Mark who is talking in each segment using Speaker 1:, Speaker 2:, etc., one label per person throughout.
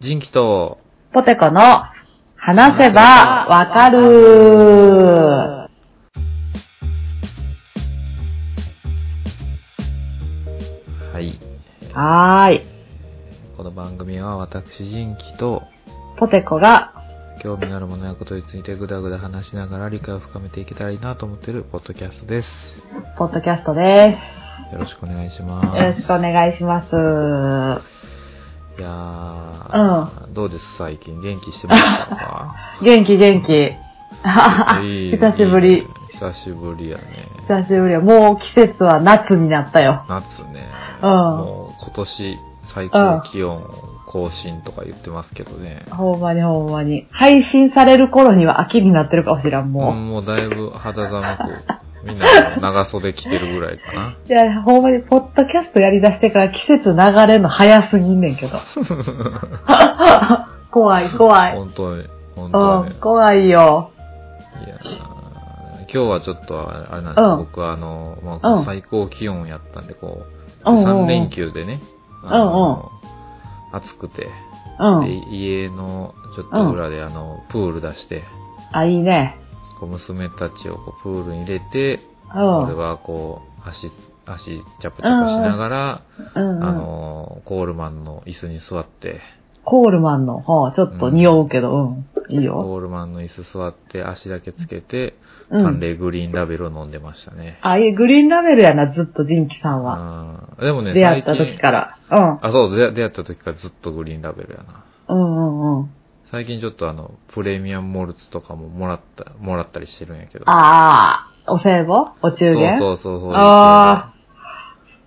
Speaker 1: 人気と、
Speaker 2: ポテコの話せばわかる。
Speaker 1: はい。
Speaker 2: はーい。
Speaker 1: この番組は私人気と、
Speaker 2: ポテコが、
Speaker 1: 興味のあるものやことについてぐだぐだ話しながら理解を深めていけたらいいなと思っているポッドキャストです。
Speaker 2: ポッドキャストで
Speaker 1: よろしくお願いし
Speaker 2: す。よろ
Speaker 1: ま
Speaker 2: しくお願いします。
Speaker 1: す。いやー、どうです最近元気してました か
Speaker 2: 元気元気。
Speaker 1: いい
Speaker 2: 久しぶり
Speaker 1: いいね久しぶりやね。
Speaker 2: 久しぶりよ。もう季節は夏になったよ。
Speaker 1: 夏ね。
Speaker 2: うん
Speaker 1: もう今年最高気温更新とか言ってますけどね。
Speaker 2: ほんまにほんまに。配信される頃には秋になってるかもしらん、
Speaker 1: もう
Speaker 2: も
Speaker 1: だいぶ肌寒く、みんな長袖着てるぐらいかな。
Speaker 2: う。いや、ほんまに、ポッドキャストやり出してから季節流れんの早すぎんねんけど。怖い怖い。
Speaker 1: 本当に、本当
Speaker 2: うん
Speaker 1: に、。
Speaker 2: 怖いよ。
Speaker 1: いやー今日はちょっとあれあれなんですよ、
Speaker 2: うん
Speaker 1: 僕はあの、ま
Speaker 2: うん
Speaker 1: あ、最高気温やったんで、こう、
Speaker 2: うんうんうん
Speaker 1: 3連休でね、あの暑くて、
Speaker 2: う
Speaker 1: で
Speaker 2: ん。
Speaker 1: 家のちょっと裏であの、プール出して、
Speaker 2: あ、いいね。
Speaker 1: こう娘たちをこうプールに入れて、
Speaker 2: う
Speaker 1: 俺
Speaker 2: ん。
Speaker 1: はこう、足、足、チャプチャプしながら、
Speaker 2: うん、
Speaker 1: あ
Speaker 2: うん。
Speaker 1: のー、コールマンの椅子に座って、
Speaker 2: コールマンの、はあ、ちょっと匂うけど、うん。いいよ。
Speaker 1: コールマンの椅子座って、足だけつけて、
Speaker 2: う
Speaker 1: 淡
Speaker 2: ん。
Speaker 1: 麗グリーンラベルを飲んでましたね。
Speaker 2: あ、いい、グリーンラベルやな、ずっとジンキさんは。
Speaker 1: うんでもね、
Speaker 2: 出会った時
Speaker 1: ら。
Speaker 2: から。うん。
Speaker 1: あ、そう、出出会った時からずっとグリーンラベルやな。
Speaker 2: うんうんうん。
Speaker 1: 最近ちょっとあの、プレミアムモルツとかももらった、もらったりしてるんやけど。
Speaker 2: ああ、お歳暮お
Speaker 1: そ
Speaker 2: 中
Speaker 1: う
Speaker 2: 元
Speaker 1: そうそうそう。
Speaker 2: あ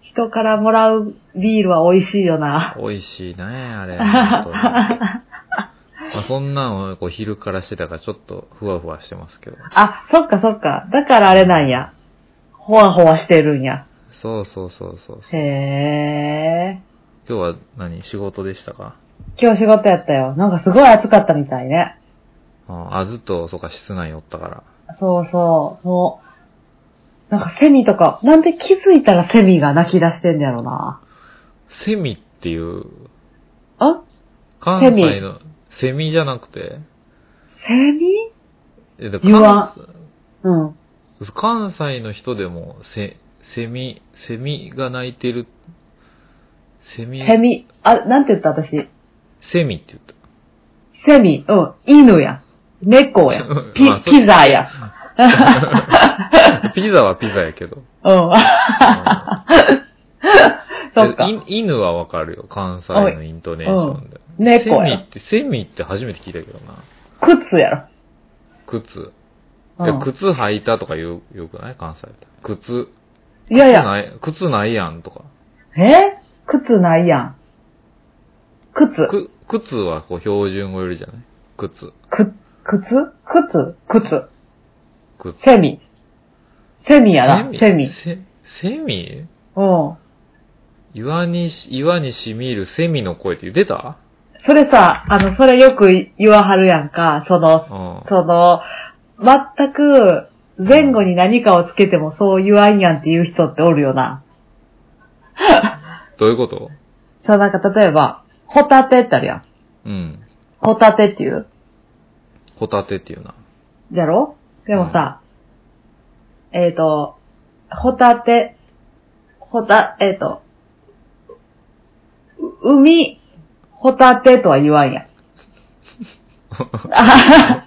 Speaker 2: 人からもらうビールは美味しいよな。
Speaker 1: 美味しいね、あれ。本当に まあそんなんをこう昼からしてたからちょっとふわふわしてますけど。
Speaker 2: あ、そっかそっか。だからあれなんや。ほわほわしてるんや。
Speaker 1: そうそうそうそう。
Speaker 2: へえ。
Speaker 1: 今日は何仕事でしたか
Speaker 2: 今日仕事やったよ。なんかすごい暑かったみたいね。
Speaker 1: ああ、ずっと、そうか、室内におったから。
Speaker 2: そうそう。もう、なんかセミとか、なんで気づいたらセミが泣き出してんだろうな。
Speaker 1: セミっていう、
Speaker 2: あ
Speaker 1: 関西の、セミじゃなくて、
Speaker 2: セミ
Speaker 1: えだ
Speaker 2: 言わ
Speaker 1: 関
Speaker 2: うん。
Speaker 1: 関西の人でも、セ、セミ、セミが鳴いてる、セミ、
Speaker 2: セミ。あ、なんて言った私。
Speaker 1: セミって言った。。
Speaker 2: セミ。うん。犬や。猫 やピ
Speaker 1: まあ、そう
Speaker 2: ピザや。
Speaker 1: ピザはピザやけど。
Speaker 2: うん。
Speaker 1: うん
Speaker 2: そっか。
Speaker 1: い犬はわかるよ、関西のイントネーションで。セ
Speaker 2: 猫
Speaker 1: ミ
Speaker 2: や
Speaker 1: っ。て、セミって初めて聞いたけどな。
Speaker 2: 靴や
Speaker 1: 靴。い
Speaker 2: ろ。
Speaker 1: や
Speaker 2: うん
Speaker 1: 靴履いたとか言う、よくない関西って。靴。
Speaker 2: いやい
Speaker 1: 靴
Speaker 2: や、
Speaker 1: ない、靴ないやんとか。
Speaker 2: え靴ないやん。靴、
Speaker 1: く、靴はこう標準語よりじゃない靴。
Speaker 2: く、靴靴靴。
Speaker 1: 靴。
Speaker 2: セミ。セミやな、セミ。
Speaker 1: セセミ
Speaker 2: うん。
Speaker 1: 岩にし、岩にしみるセミの声って言ってた
Speaker 2: それさ、あの、それよく言わはるやんか、その、
Speaker 1: うん。
Speaker 2: その、全く、前後に何かをつけてもそう言わんやんっていう人っておるよな。
Speaker 1: どういうこと
Speaker 2: そう、なんか例えば、ホタテってあるやん。
Speaker 1: うん。
Speaker 2: ホタテっていう。
Speaker 1: ホタテっていうな。
Speaker 2: じゃろでもさ、えっ、と、ホタテ、ホタ、えっ、と、う海、ホタテとは言わんやん。
Speaker 1: あ、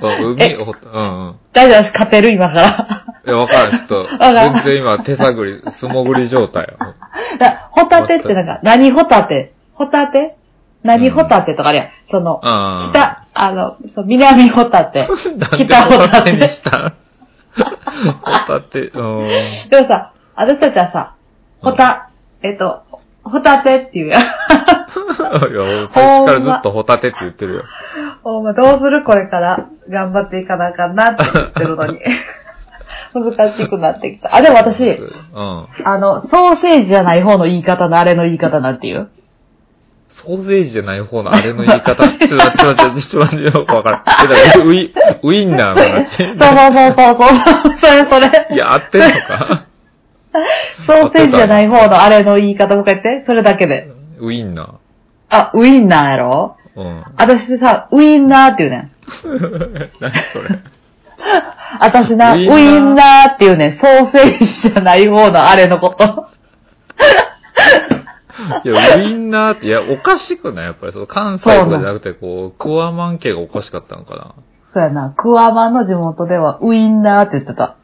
Speaker 1: 海、ホタ、うんうん。
Speaker 2: 大丈夫、私勝てる今 から。
Speaker 1: いや、わからん。ちょっと、
Speaker 2: からん
Speaker 1: 全然今手探り、素潜り状態や。
Speaker 2: だホタテってなんか、何ホタテホタテ何ホタテとかあるやん。その、
Speaker 1: うん。
Speaker 2: 北、あの、そう南ホタテ。
Speaker 1: なんでホタテにしたホタテ、うん。
Speaker 2: でもさ、私たちはさ、ホタ、えっ、と、ホタテっていうやん。
Speaker 1: いや、俺最初からずっとホタテって言ってるよ。
Speaker 2: お前どうするこれから頑張っていかなあかんなって言ってるの に。難しくなってきた。あ、でも私
Speaker 1: う、ん。
Speaker 2: あの、ソーセージじゃない方の言い方のあれの言い方なんていう。
Speaker 1: ソーセージじゃない方のあれの言い方。ちょっと待って、ちょっと待って、ちょっと待って、よくわからん。え、だからウィ、ウィンナーの話
Speaker 2: そうそうそうそう。それそれ。
Speaker 1: いや、合ってんのか
Speaker 2: ソーセージじゃない方のあれの言い方もう一回言って。それだけで。
Speaker 1: ウィンナ
Speaker 2: あ、ウインナーやろ
Speaker 1: うん。
Speaker 2: 私さ、ウインナーって言うねん。
Speaker 1: 何それ。
Speaker 2: 私な、ウ
Speaker 1: ウイ
Speaker 2: イ
Speaker 1: ンナー
Speaker 2: ンナーっていうねん、ソーセージじゃない方のあれのこと。
Speaker 1: いや、ウインナーって、いや、おかしくないやっぱり、その関西とかじゃなくて、こう、クワマン系がおかしかったのかな。
Speaker 2: そうやな、クワマンの地元ではウインナーって言ってた。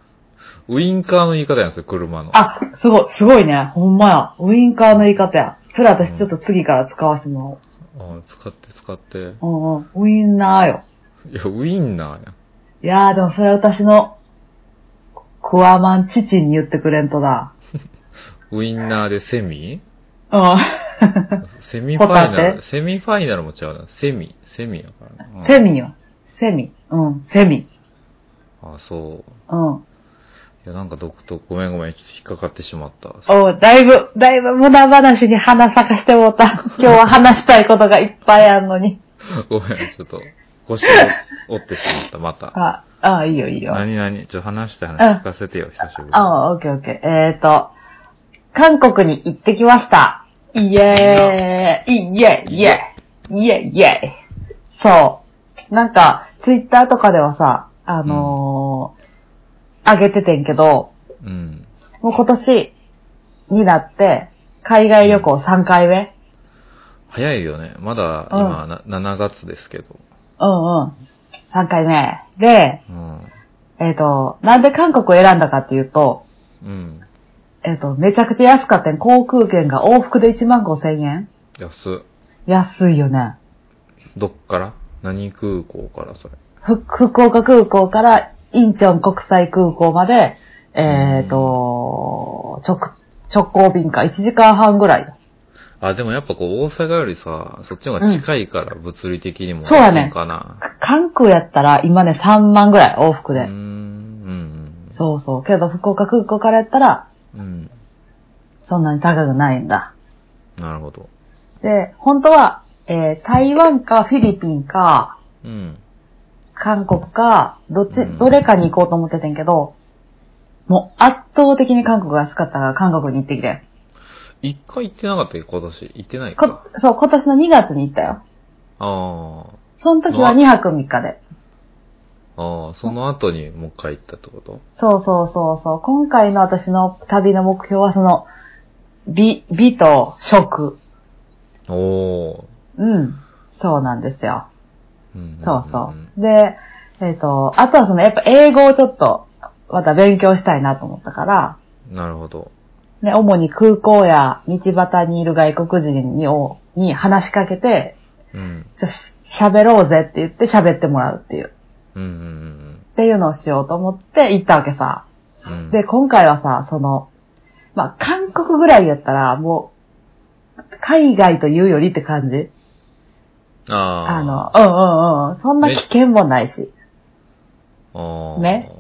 Speaker 1: ウインカーの言い方なんですよ、車の。
Speaker 2: あ、すごい、すごいね。ほんまや。ウインカーの言い方や。それ私ちょっと次から使わせても
Speaker 1: うん、使って使って。
Speaker 2: らおう。うんうん、ウインナーよ。
Speaker 1: いや、ウインナーやん。
Speaker 2: いやーでもそれは私の、クワマン父に言ってくれんとな。
Speaker 1: ウインナーでセミ
Speaker 2: うん。
Speaker 1: セミファイナ
Speaker 2: ホタ
Speaker 1: ル、セミファイナルも違うな。セミ、セミやからな。うん
Speaker 2: セミよ。セミ。うん、セミ。
Speaker 1: あ、そう。
Speaker 2: うん。
Speaker 1: いや、なんか独特、ごめんごめん、引っかかってしまった。
Speaker 2: おうだいぶ、だいぶ無駄話に花咲かしてもうた。今日は話したいことがいっぱいあるのに。
Speaker 1: ごめん、ちょっと、腰を折ってしまった、また。
Speaker 2: あ、ああ、いいよいいよ。
Speaker 1: 何々、ちょ、話した話聞かせてよ、久しぶりに。
Speaker 2: ああ、オッケーオッケー。えーと、韓国に行ってきました。イエーイイエーイイエーイイエーイイエーイそう。なんか、ツイッターとかではさ、あのー、上げててんけど、
Speaker 1: うん。
Speaker 2: もう今年になって、海外旅行3回目。
Speaker 1: 早いよね。まだ、
Speaker 2: うん
Speaker 1: 今、な7月ですけど。
Speaker 2: うんうん。3回目。で、
Speaker 1: うん。
Speaker 2: えっ、と、なんで韓国を選んだかっていうと、
Speaker 1: うん。
Speaker 2: えっ、と、めちゃくちゃ安かったん航空券が往復で1万5千円
Speaker 1: 安っ。
Speaker 2: 安いよね。
Speaker 1: どっから何空港から、それ。
Speaker 2: ふ福岡空港からインチョン国際空港まで、えっ、と、直、直行便か1時間半ぐらい。
Speaker 1: あ、でもやっぱこう、大阪よりさ、そっちの方が近いから、物理的にも。
Speaker 2: そうやね
Speaker 1: いいのかな。
Speaker 2: か関空やったら今ね3万ぐらい往復
Speaker 1: う
Speaker 2: で。
Speaker 1: ーん。
Speaker 2: そうそう。けど福岡空港からやったら
Speaker 1: うん。うん。
Speaker 2: そんなに高くないんだ。
Speaker 1: なるほど。
Speaker 2: で、本当は、えー台湾かフィリピンか、
Speaker 1: うん。
Speaker 2: 韓国か、どっち、
Speaker 1: うん
Speaker 2: どれかに行こうと思っててんけど、もう圧倒的に韓国が安かったから韓国に行ってきて。
Speaker 1: 一回行ってなかったっけ今年。行ってない
Speaker 2: こ
Speaker 1: か。
Speaker 2: そう、今年の2月に行ったよ。
Speaker 1: ああ。
Speaker 2: その時は2泊3日で。
Speaker 1: ああ、その後にもう一回行ったってこと
Speaker 2: そうそうそうそう。今回の私の旅の目標はその、美、美と食。
Speaker 1: おー。
Speaker 2: うん。そうなんですよ。
Speaker 1: うん
Speaker 2: そうそう。で、えっ、と、あとはその、やっぱ英語をちょっと、また勉強したいなと思ったから、
Speaker 1: うん。なるほど。
Speaker 2: ね、主に空港や道端にいる外国人にをに話しかけて、
Speaker 1: うん。
Speaker 2: ちょし喋ろうぜって言って喋ってもらうっていう、
Speaker 1: うんうん
Speaker 2: っていうのをしようと思って行ったわけさ。
Speaker 1: うんうん。
Speaker 2: で、今回はさ、その、まあ、韓国ぐらいやったら、もう、海外というよりって感じ
Speaker 1: ああ。
Speaker 2: あの、うんうんうん。そんな危険もないし。
Speaker 1: あー
Speaker 2: ね。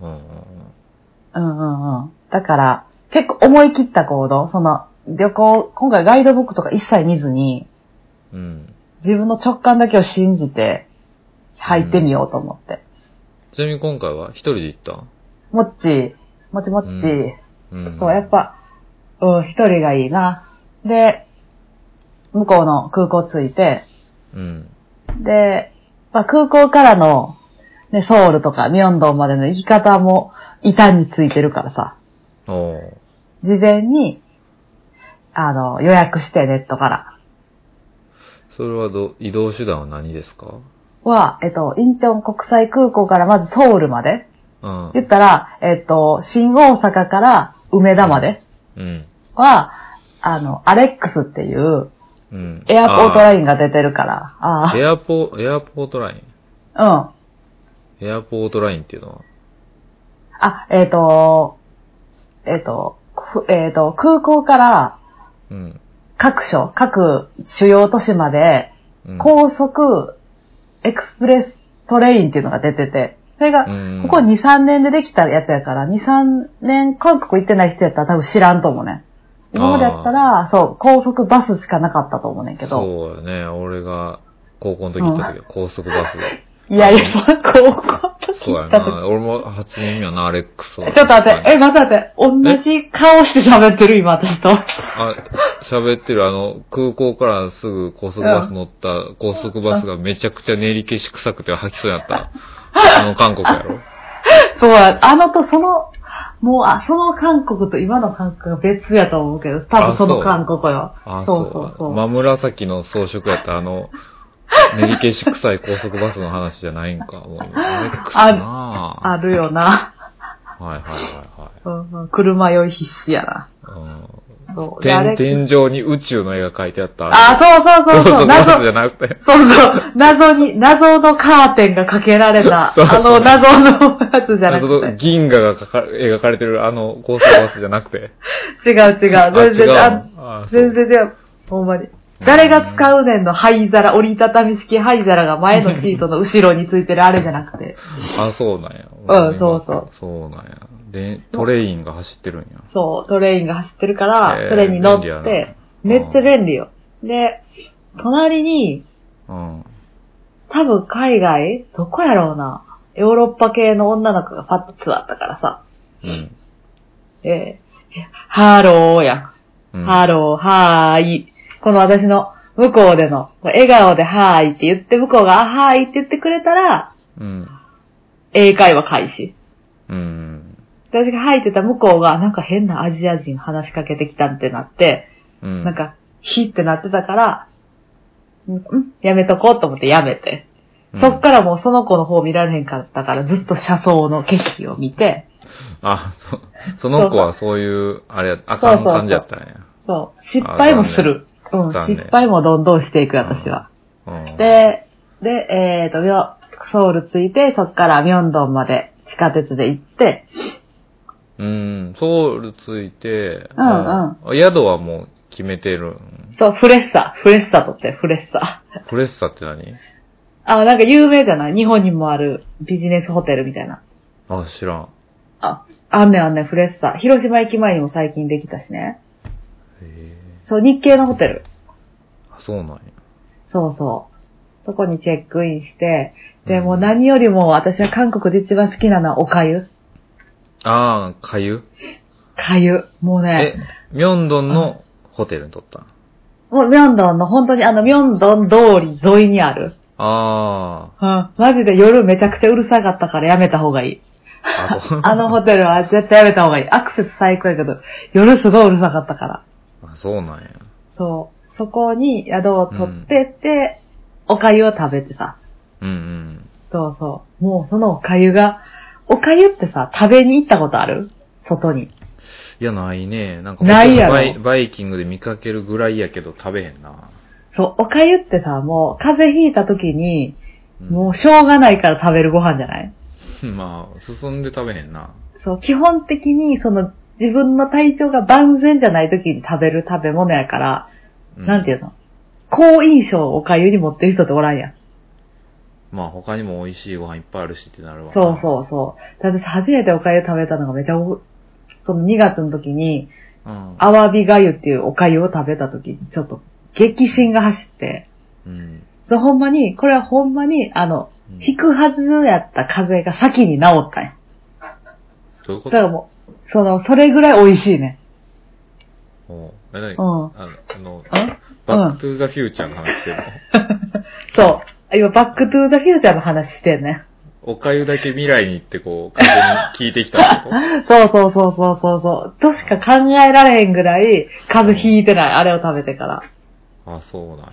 Speaker 1: うんうん
Speaker 2: うんうんうん。だから、結構思い切った行動、その、旅行、今回ガイドブックとか一切見ずに、
Speaker 1: うん。うん。
Speaker 2: 自分の直感だけを信じて、入ってみようと思って。
Speaker 1: ちなみに今回は一人で行った
Speaker 2: もっち、もっちもっち、
Speaker 1: うんうん。
Speaker 2: そう、やっ。ぱ、うん、一人がいいな。で、向こうの空港着いて、
Speaker 1: うん。
Speaker 2: で、まあ、空港からの、ね、ソウルとかミョンドンまでの行き方も板についてるからさ、
Speaker 1: おー。
Speaker 2: 事前に、あの、予約してネットから。
Speaker 1: それはど、移動手段は何ですか
Speaker 2: は、えっと、インチョン国際空港からまずソウルまで。
Speaker 1: うん。
Speaker 2: 言ったら、えっと、新大阪から梅田まで。
Speaker 1: うん。
Speaker 2: は、あの、アレックスっていう、
Speaker 1: うん。
Speaker 2: エアポートラ
Speaker 1: イ
Speaker 2: インが出てるから、あ
Speaker 1: エアポ、エアポートライン。
Speaker 2: あ、
Speaker 1: エアポートラインっていうのは
Speaker 2: うん。あ、えっ、と、えっ、と、ふえっ、と、空港から
Speaker 1: うん。
Speaker 2: 各所、各主要都市まで、
Speaker 1: うん
Speaker 2: 高速エクスプレストレインっていうのが出てて、それが、
Speaker 1: うん
Speaker 2: ここ2、3年でできたやつやから、2、3年韓国行ってない人やったら多分知らんと思うね。今までやったら、そう、高速バスしかなかったと思うねんけど。
Speaker 1: そうよね。俺が高校の時行った時は高速バスで。
Speaker 2: いやいや、そんな高校
Speaker 1: そうやな。俺も初耳やな、あれクソ。
Speaker 2: ちょっと待って、え、待って待って、同じ顔して喋ってる今、私と。
Speaker 1: あ、喋ってるあの、空港からすぐ高速バス乗った、高速バスがめちゃくちゃ練り消し臭くて吐きそうやった。 あの、韓国やろ。
Speaker 2: そうや、あのとその、もう、あ、その韓国と今の韓国が別やと思うけど、多分その韓国よ。
Speaker 1: あ、
Speaker 2: そうそう
Speaker 1: そ。
Speaker 2: そうう
Speaker 1: 真紫の装飾やったあの、練り消し臭い高速バスの話じゃないんか。もう、あれクソなぁ。
Speaker 2: あるよな。
Speaker 1: はいはいは
Speaker 2: うんうん、車酔い必死やな。
Speaker 1: いはい。うん
Speaker 2: そう。であ
Speaker 1: 天天
Speaker 2: れ
Speaker 1: 井に宇宙の絵が描いてあった。
Speaker 2: あ、そうそうそうそう、
Speaker 1: バス
Speaker 2: 謎
Speaker 1: じ、ゃなくて。
Speaker 2: そうそう、謎に、謎のカーテンがかけられた、
Speaker 1: そうそう
Speaker 2: あの謎のやつじゃ
Speaker 1: あ
Speaker 2: なく
Speaker 1: の
Speaker 2: て。
Speaker 1: 銀河が描か描かれてるあの高速バスじゃなくて。
Speaker 2: 違う違
Speaker 1: あ
Speaker 2: う、全
Speaker 1: 違う
Speaker 2: 然、あ
Speaker 1: あそう
Speaker 2: 全然違う、ほんまに。誰が使うねんの灰皿、折りたたみ式灰皿が前のシートの後ろについてるあれじゃなくて。
Speaker 1: あ、そうなんや。
Speaker 2: うんそうそう。
Speaker 1: そうなんや。で、トレインが走ってるんや。
Speaker 2: そう、トレインが走ってるから、
Speaker 1: えー
Speaker 2: それに乗っ
Speaker 1: 便利や
Speaker 2: て
Speaker 1: な、
Speaker 2: めっちゃ便利よ。で、隣に、
Speaker 1: うん。
Speaker 2: 多分海外どこやろうな。ヨーロッパ系の女の子がパッと座ったからさ。
Speaker 1: うん。
Speaker 2: えーハローやん。
Speaker 1: うん
Speaker 2: ハロー、はーい。この私の向こうでの、笑顔ではーいって言って、向こうがあはーいって言ってくれたら、
Speaker 1: うん。
Speaker 2: 英会話開始。
Speaker 1: うん。
Speaker 2: 私が入ってた向こうが、なんか変なアジア人話しかけてきたってなって、
Speaker 1: うん。
Speaker 2: なんか、ひってなってたから、うん、うんやめとこうと思ってやめて。
Speaker 1: うん、
Speaker 2: そっからもうその子の方見られへんかったから、ずっと車窓の景色を見て、
Speaker 1: あ、そ、その子はそういう、あれや、あかん感じやったんや。
Speaker 2: そう、失敗もする。うん、
Speaker 1: 残念
Speaker 2: 失敗もどんどんしていく、私は。
Speaker 1: うん、
Speaker 2: で、で、えっ、と、みょソウル着いて、そっからミョンドンまで地下鉄で行って、
Speaker 1: うん、ソウルついて、
Speaker 2: うん
Speaker 1: うん。宿はもう決めてるん。
Speaker 2: そう、フレッサ、フレッサとって、フレッサ。
Speaker 1: プレッサって何
Speaker 2: あ、なんか有名じゃない日本にもあるビジネスホテルみたいな。
Speaker 1: あ、知らん。
Speaker 2: あ、あんねんあんねん、フレッサ。広島駅前にも最近できたしね。
Speaker 1: へえ。
Speaker 2: そう、日系のホテル。
Speaker 1: あ、そうなんや。
Speaker 2: そうそう。そこにチェックインして、で、もう
Speaker 1: うん
Speaker 2: 何よりも私は韓国で一番好きなのはおかゆ。
Speaker 1: ああ、かゆ
Speaker 2: かゆ。もうね
Speaker 1: え。、ミョンドンのホテルに取ったん
Speaker 2: もうミョンドンの本当にあのミョンドン通り沿いにある。
Speaker 1: あ
Speaker 2: うん。マジで夜めちゃくちゃうるさかったからやめた方がいい。
Speaker 1: あ。あ
Speaker 2: あのホテルは絶対やめた方がいい。アクセス最高やけど、夜すごいうるさかったから。
Speaker 1: あそうなんや。
Speaker 2: そう。そこに宿を取ってって、お粥を食べてさ。
Speaker 1: うんうん。
Speaker 2: そうそう。もうそのお粥が、お粥ってさ、食べに行ったことある外に。
Speaker 1: いや、ないね。なんか、
Speaker 2: ないやろ
Speaker 1: バイバイキングで見かけるぐらいやけど食べへんな。
Speaker 2: そう、お粥ってさ、もう風邪ひいた時に、
Speaker 1: うん
Speaker 2: もうしょうがないから食べるご飯じゃない
Speaker 1: まあ、進んで食べへんな。
Speaker 2: そう、基本的にその自分の体調が万全じゃない時に食べる食べ物やから、なんていううの好印象をおかゆに持ってる人っておらんやん。
Speaker 1: まあ、他にも美味しいご飯いっぱいあるしってなるわ。
Speaker 2: そうそうそう。だって初めておかゆ食べたのがめちゃお、その2月の時に、
Speaker 1: う。うん。
Speaker 2: アワビがゆっていうおかゆを食べた時に、ちょっと激震が走って、
Speaker 1: うん。
Speaker 2: そうほんまに、これはほんまに、あの、
Speaker 1: うん
Speaker 2: 引くはずやった風邪が先に治ったんや。
Speaker 1: どういうこ
Speaker 2: だか
Speaker 1: と
Speaker 2: らもう、その、それぐらい美味しいね。
Speaker 1: おうえ、なに
Speaker 2: う
Speaker 1: あ
Speaker 2: ん。
Speaker 1: あの、
Speaker 2: え
Speaker 1: バックトゥーザフューチャーの話してるの。
Speaker 2: そう。今、バックトゥーザフューチャーの話してんね。
Speaker 1: おかゆだけ未来に行ってこう、勝手に聞いてきたってこと
Speaker 2: そうそうそうそうそうそう。としか考えられへんぐらい、風邪ひいてない、あれを食べてから。だか
Speaker 1: あ、そうなんや。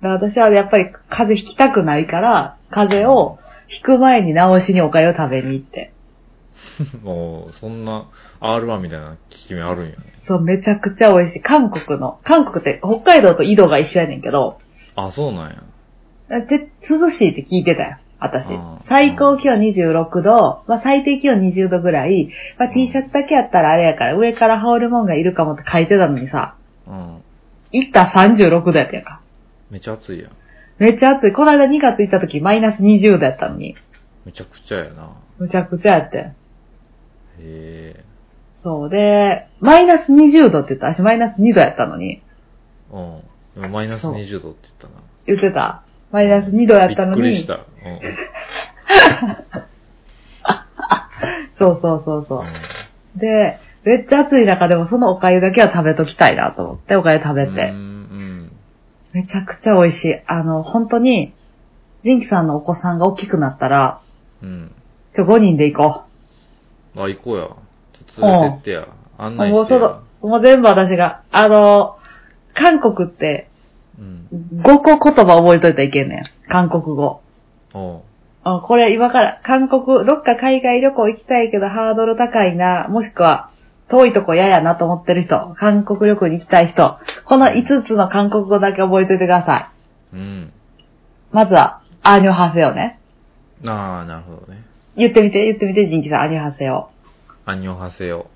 Speaker 2: ら私はやっぱり風邪ひきたくないから、風邪をひく前に直しにおかゆを食べに行って。
Speaker 1: もう、そんな R1 みたいな効き目あるんやね。
Speaker 2: そう、めちゃくちゃ美味しい。韓国の、韓国って北海道と緯度が一緒やねんけど、
Speaker 1: あ、そうなんや。
Speaker 2: で涼しいって聞いてたよ。私
Speaker 1: うん。
Speaker 2: 最高気温26度、まあ最低気温20度ぐらい、まあ T シャツだけやったらあれやから上から羽織るもんがいるかもって書いてたのにさ、
Speaker 1: うん。
Speaker 2: 行ったら36度やったやんか。
Speaker 1: めちゃ暑いやん。
Speaker 2: めっちゃ暑い。この間2月行った時マイナス20度やったのに。
Speaker 1: めちゃくちゃやな。
Speaker 2: むちゃくちゃやってん。
Speaker 1: へえ。
Speaker 2: そうで、マイナス20度って言った私マイナス2度やったのに。
Speaker 1: うん。でもマイナス
Speaker 2: そう
Speaker 1: 20度って言ったな。
Speaker 2: 言ってたマイナス2度やったの
Speaker 1: びっくりし
Speaker 2: に。
Speaker 1: た。うん。
Speaker 2: そうそうそうそう
Speaker 1: う。ん
Speaker 2: で、めっちゃ暑い中でもそのお粥だけは食べときたいなと思って、お粥食べ
Speaker 1: う
Speaker 2: て。
Speaker 1: ん
Speaker 2: めちゃくちゃ美味しい。あの、本当に、ジンキさんのお子さんが大きくなったら、
Speaker 1: うん。うん。
Speaker 2: ちょ、5人で行こ
Speaker 1: あ、行こうや。ちょっと連れてってや。案
Speaker 2: う。
Speaker 1: 内
Speaker 2: もう
Speaker 1: して
Speaker 2: その
Speaker 1: や。、
Speaker 2: もう全部私が、あの、韓国って
Speaker 1: うん。
Speaker 2: 5個言葉覚えといたらいけんねん。韓国語。
Speaker 1: おう
Speaker 2: あこれ今から、韓国、どっか海外旅行行きたいけどハードル高いな、もしくは、遠いとこ嫌やなと思ってる人、韓国旅行に行きたい人、この5つの韓国語だけ覚えておいてくださ
Speaker 1: うん。
Speaker 2: い。まずは、アーニョハセヨね。
Speaker 1: ああ、なるほどね。
Speaker 2: 言ってみて、言ってみて、ジンキさん、アーニョハセヨ。
Speaker 1: アンニョンハセヨ。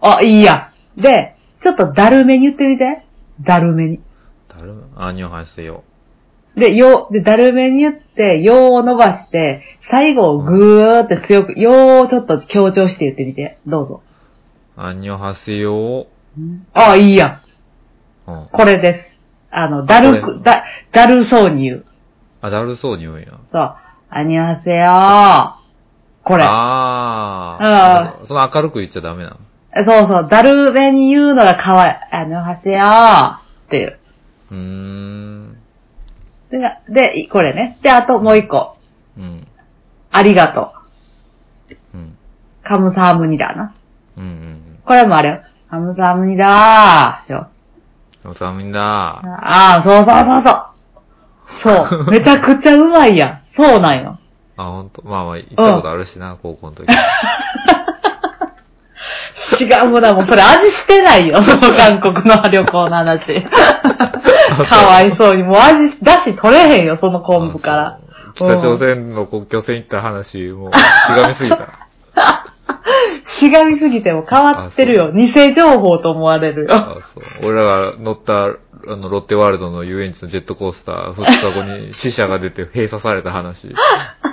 Speaker 2: あ、いいやん。で、ちょっとだるめに言ってみて。だるめに。
Speaker 1: だるアンニョンハセヨ。
Speaker 2: で、よう、で、だるめに言って、ようを伸ばして、最後をぐーって強く、ようをちょっと強調して言ってみて。どうぞ。
Speaker 1: アンニョンハセヨ。
Speaker 2: あ、いいやん。
Speaker 1: うん。
Speaker 2: これです。あの、だる
Speaker 1: これ
Speaker 2: く、だ、だるそうに言う。
Speaker 1: あ、だるそうに言うんや。
Speaker 2: そう。あにゃせよこれ。
Speaker 1: ああ。その明るく言っちゃダメなの。
Speaker 2: そうそう、だるめに言うのがかわいい。あにゃせよっていう。
Speaker 1: うーん。
Speaker 2: でな、で、いこれね。で、あともう一個。
Speaker 1: うん。
Speaker 2: ありがと
Speaker 1: うん。
Speaker 2: う。カムサハムニダな。
Speaker 1: うんうん
Speaker 2: これもあれよ。カムサハムニダーよ。
Speaker 1: うん。おさみんだ。
Speaker 2: ああ、そうそうそう そう。そう。めちゃくちゃうまいやん。そうなんよ。
Speaker 1: あ、ほんと。まあまあ、行ったことあるしな、高校の時。
Speaker 2: 違うもんだもん。それ味してな いよ。その韓国の旅行の話。かわいそうに。もう味、だし取れへんよ、その昆布から。
Speaker 1: そう。北朝鮮の国境線行った話、もう、しがみすぎた。
Speaker 2: しがみすぎても変わってるよ。偽情報と思われるよ。
Speaker 1: あそう俺らが乗った、あの、ロッテワールドの遊園地のジェットコースター、2日後に死者が出て閉鎖された話、も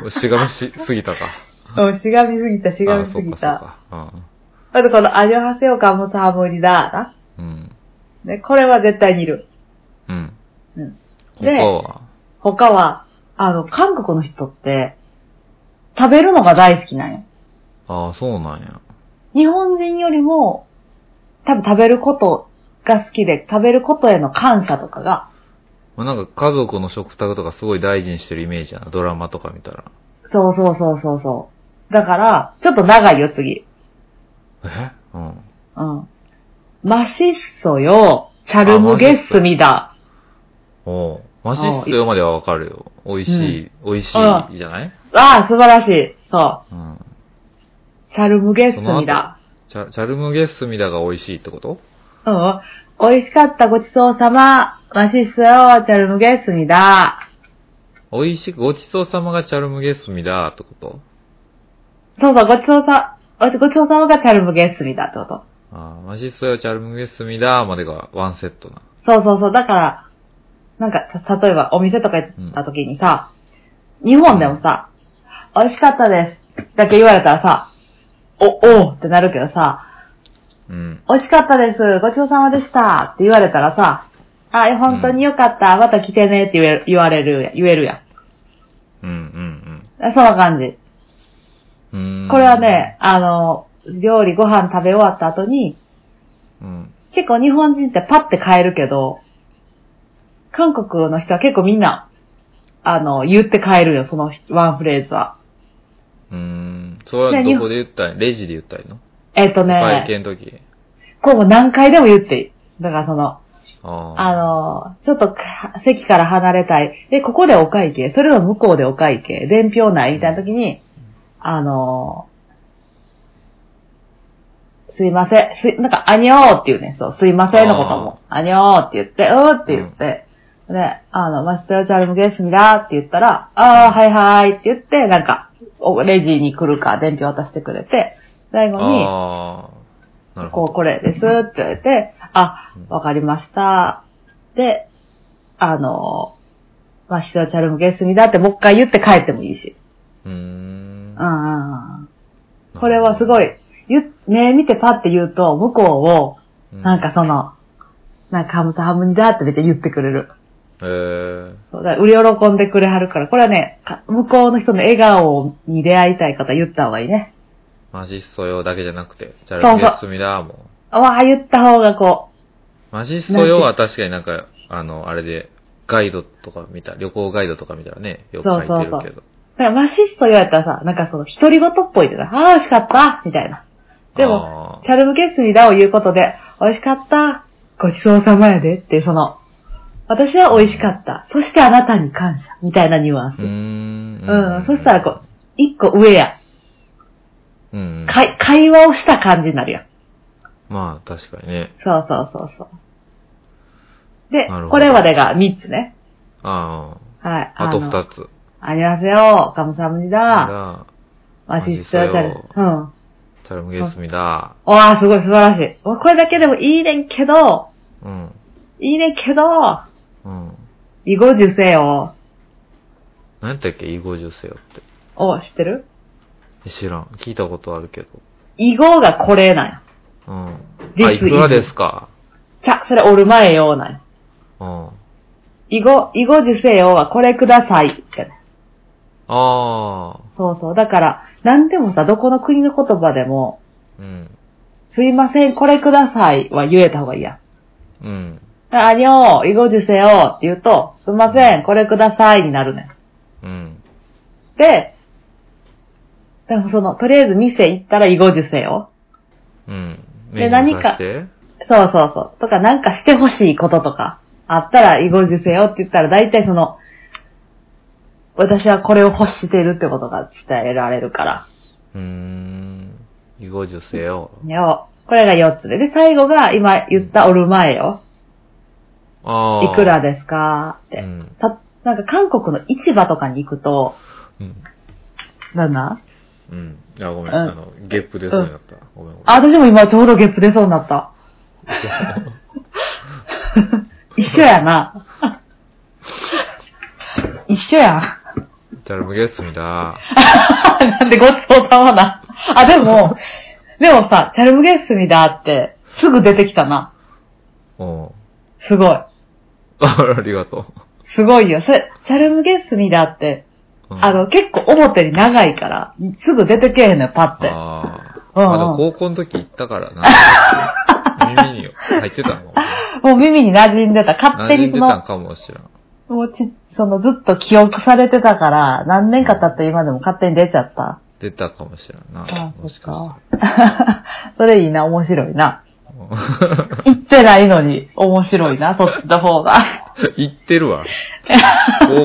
Speaker 1: うしがみしすぎたか。
Speaker 2: うん、しがみすぎた、しがみすぎ
Speaker 1: あ
Speaker 2: た。
Speaker 1: そうか、そうか。
Speaker 2: あとこの、アニョハセオカムサハムリダ
Speaker 1: うん。うん。
Speaker 2: ーな。ね、これは絶対にいる。
Speaker 1: うん。
Speaker 2: うん
Speaker 1: 他は、
Speaker 2: 他は、あの、韓国の人って、食べるのが大好きなんよ。
Speaker 1: ああ、そうなんや。
Speaker 2: 日本人よりも、多分食べることが好きで、食べることへの感謝とかが、
Speaker 1: まあ、なんか家族の食卓とかすごい大事にしてるイメージやな、ドラマとか見たら。
Speaker 2: そうそうそうそうそう。だから、ちょっと長いよ、次。
Speaker 1: えうん。
Speaker 2: うん。マシッソよ、チャルムゲッスミだ。
Speaker 1: おうマシッソよまではわかるよ。美味しい、美味しいじゃない
Speaker 2: ああ、素晴らしい。そ
Speaker 1: うん。
Speaker 2: う。チャルムゲッスミだ。
Speaker 1: チャチャルムゲッスミダが美味しいってこと
Speaker 2: うん。美味しかったごちそうさま。マシッソよ、チャルムゲッスミだ。
Speaker 1: 美味しい、ごちそうさまがチャルムゲッスミダってこと
Speaker 2: そうそう、ごちそうさ、ごちそうさまがチャルムゲッスミだってこと。
Speaker 1: あーマシッソよチャルムゲッスミダまでがワンセットな。
Speaker 2: そうそうそう。だから、なんか、た例えばお店とか行った時にさ、日本でもさ、美味しかったです。だけ言われたらさ、お、おうってなるけどさ、
Speaker 1: うん。
Speaker 2: 美味しかったです。ごちそうさまでした。って言われたらさ、あ、本当によかった。また来てねって言える、言われる、言えるやん。
Speaker 1: うんうん
Speaker 2: そんな感じ。
Speaker 1: うん。うーん
Speaker 2: これは、ね、あの、料理ご飯食べ終わった後に、
Speaker 1: うん。
Speaker 2: 結構日本人ってパッて変えるけど、韓国の人は結構みんな、あの、言って変えるよ、そのワンフレーズは。
Speaker 1: うーん。それはどこで言ったんレジで言ったんの
Speaker 2: えっ、と
Speaker 1: 会
Speaker 2: ね、
Speaker 1: 見の時。
Speaker 2: こうも何回でも言っていい。だからその、
Speaker 1: あ
Speaker 2: あの、ちょっとか席から離れたい。え、ここでお会計それとも向こうでお会計伝票ないみたいな時に、あの、すいません、すい、なんか、あにょーっていうね、そう、すいませんのことも、あにょーって言って、うーって言って、で、あの、マスターチャルムゲスミだーって言ったら、あー、はいはいって言って、なんか、おレジに来るか、伝票渡してくれて、最後に、
Speaker 1: あーなるほ
Speaker 2: こ
Speaker 1: ど。
Speaker 2: う、これですって言われて、あ、わかりました。で、あの、まあ、ひとチャルムゲスミだってもう一回言って帰ってもいいし。
Speaker 1: うーん
Speaker 2: う。んうんうん。これはすごい、言っ目見てパって言うと、向こうを、
Speaker 1: う。
Speaker 2: なんかその、なんかハムサハムニだってめっちゃ言ってくれる。
Speaker 1: えー、
Speaker 2: そうだから売り喜んでくれはるから、これはね、か向こうの人の笑顔に出会いたい方は言った方がいいね。
Speaker 1: あマジっそよだけじゃなくて、チャラゲスミだ、も
Speaker 2: うわあ、言った方がこ
Speaker 1: う。マジっそよは確かになんか、あの、あれで、ガイドとか見た、旅行ガイドとか見たらね、よく書いてるけど。
Speaker 2: そうそうう、なんかマシスト言われたらさ、なんかその、独り言っぽいってな、ああ、美味しかったみたいな。でも、
Speaker 1: も
Speaker 2: チャルムゲスミだを言うことで、美味しかった、ごちそうさまやでっていうその、私は美味しかった、そしてあなたに感謝、みたいなニュアンス。
Speaker 1: うーん。
Speaker 2: うんそしたらこ一個上や、
Speaker 1: う。うん。
Speaker 2: かい会話をした感じになるやん。
Speaker 1: まあ、確かにね。
Speaker 2: そうそうそうそう。で
Speaker 1: なるほ、ど
Speaker 2: これまでが3つね。
Speaker 1: あ
Speaker 2: はい。
Speaker 1: あ。あと
Speaker 2: の
Speaker 1: 二つ。
Speaker 2: ありますよ、カムサムニだ、
Speaker 1: が
Speaker 2: マシストチャル
Speaker 1: マシス。ト
Speaker 2: うん。
Speaker 1: チャルムゲスミだ。
Speaker 2: おー、すごい素晴らしい。もうこれだけでもいいねんけど、
Speaker 1: うん。
Speaker 2: いいねんけど、
Speaker 1: うん。
Speaker 2: 囲碁受精を、
Speaker 1: 何やったっけ囲碁受精よって
Speaker 2: を知ってる
Speaker 1: え。知らん。聞いたことあるけど。
Speaker 2: 囲碁がこれなんや。
Speaker 1: うん。
Speaker 2: This
Speaker 1: あ、いくらですか
Speaker 2: ちゃ、それおる前ようなんや。
Speaker 1: うん。
Speaker 2: 囲碁、囲碁受精よはこれください。じゃない
Speaker 1: ああ。
Speaker 2: そうそう。だから、なんでもさ、どこの国の言葉でも、
Speaker 1: うん。
Speaker 2: すいません、これくださいは言えた方がいいやん。
Speaker 1: うん。
Speaker 2: あにょー、囲碁受精よって言うと、すいません、これくださいになるねん。
Speaker 1: うん。
Speaker 2: で、でもその、とりあえず店行ったら囲碁受精よ。
Speaker 1: うん。
Speaker 2: で
Speaker 1: メニュー出して
Speaker 2: そうそうそう。とか、なんかしてほしいこととか、あったら、囲碁受精よって言ったら、大体その、私はこれを欲してるってことが伝えられるから。
Speaker 1: うーん。囲碁受精よ。
Speaker 2: よ。これが4つで。で、最後が、今言ったおる前よ。
Speaker 1: ああ。
Speaker 2: いくらですかって、
Speaker 1: うん。
Speaker 2: た、なんか韓国の市場とかに行くと、
Speaker 1: うん。
Speaker 2: なんだ
Speaker 1: うん。あ、ごめん。
Speaker 2: うん
Speaker 1: あの、ゲップ出そうになった。ごめん。ごめん
Speaker 2: あ、私も今ちょうどゲップ出そうになった。一緒やな。一緒やん。
Speaker 1: チャルムゲスミだ。
Speaker 2: なんでごちそうさまな。あ、でも、でもさ、チャルムゲッスミだって、すぐ出てきたな。
Speaker 1: うん。
Speaker 2: すごい。
Speaker 1: ありがと
Speaker 2: すごいよ。それ、チャルムゲッスミだって、
Speaker 1: う。うん
Speaker 2: あ、の、結構表に長いから、すぐ出てけえへんのよ、パって。
Speaker 1: ああ。
Speaker 2: うんう
Speaker 1: ま
Speaker 2: ん
Speaker 1: だ高校の時行ったからな。耳に入ってたのか
Speaker 2: もう耳に馴染んでた。
Speaker 1: も。
Speaker 2: 勝
Speaker 1: 馴
Speaker 2: 手
Speaker 1: 染
Speaker 2: に
Speaker 1: ん
Speaker 2: そ
Speaker 1: でたん
Speaker 2: の、
Speaker 1: かもしらん。
Speaker 2: もうち、そのずっと記憶されてたから、何年か経って今でも勝手に出ちゃった。
Speaker 1: 出たかもしらんな
Speaker 2: あ。
Speaker 1: もしか
Speaker 2: それいいな、面白いな。
Speaker 1: したら。
Speaker 2: 行ってないのに面白いな、そっちの方が。
Speaker 1: 行ってる わ。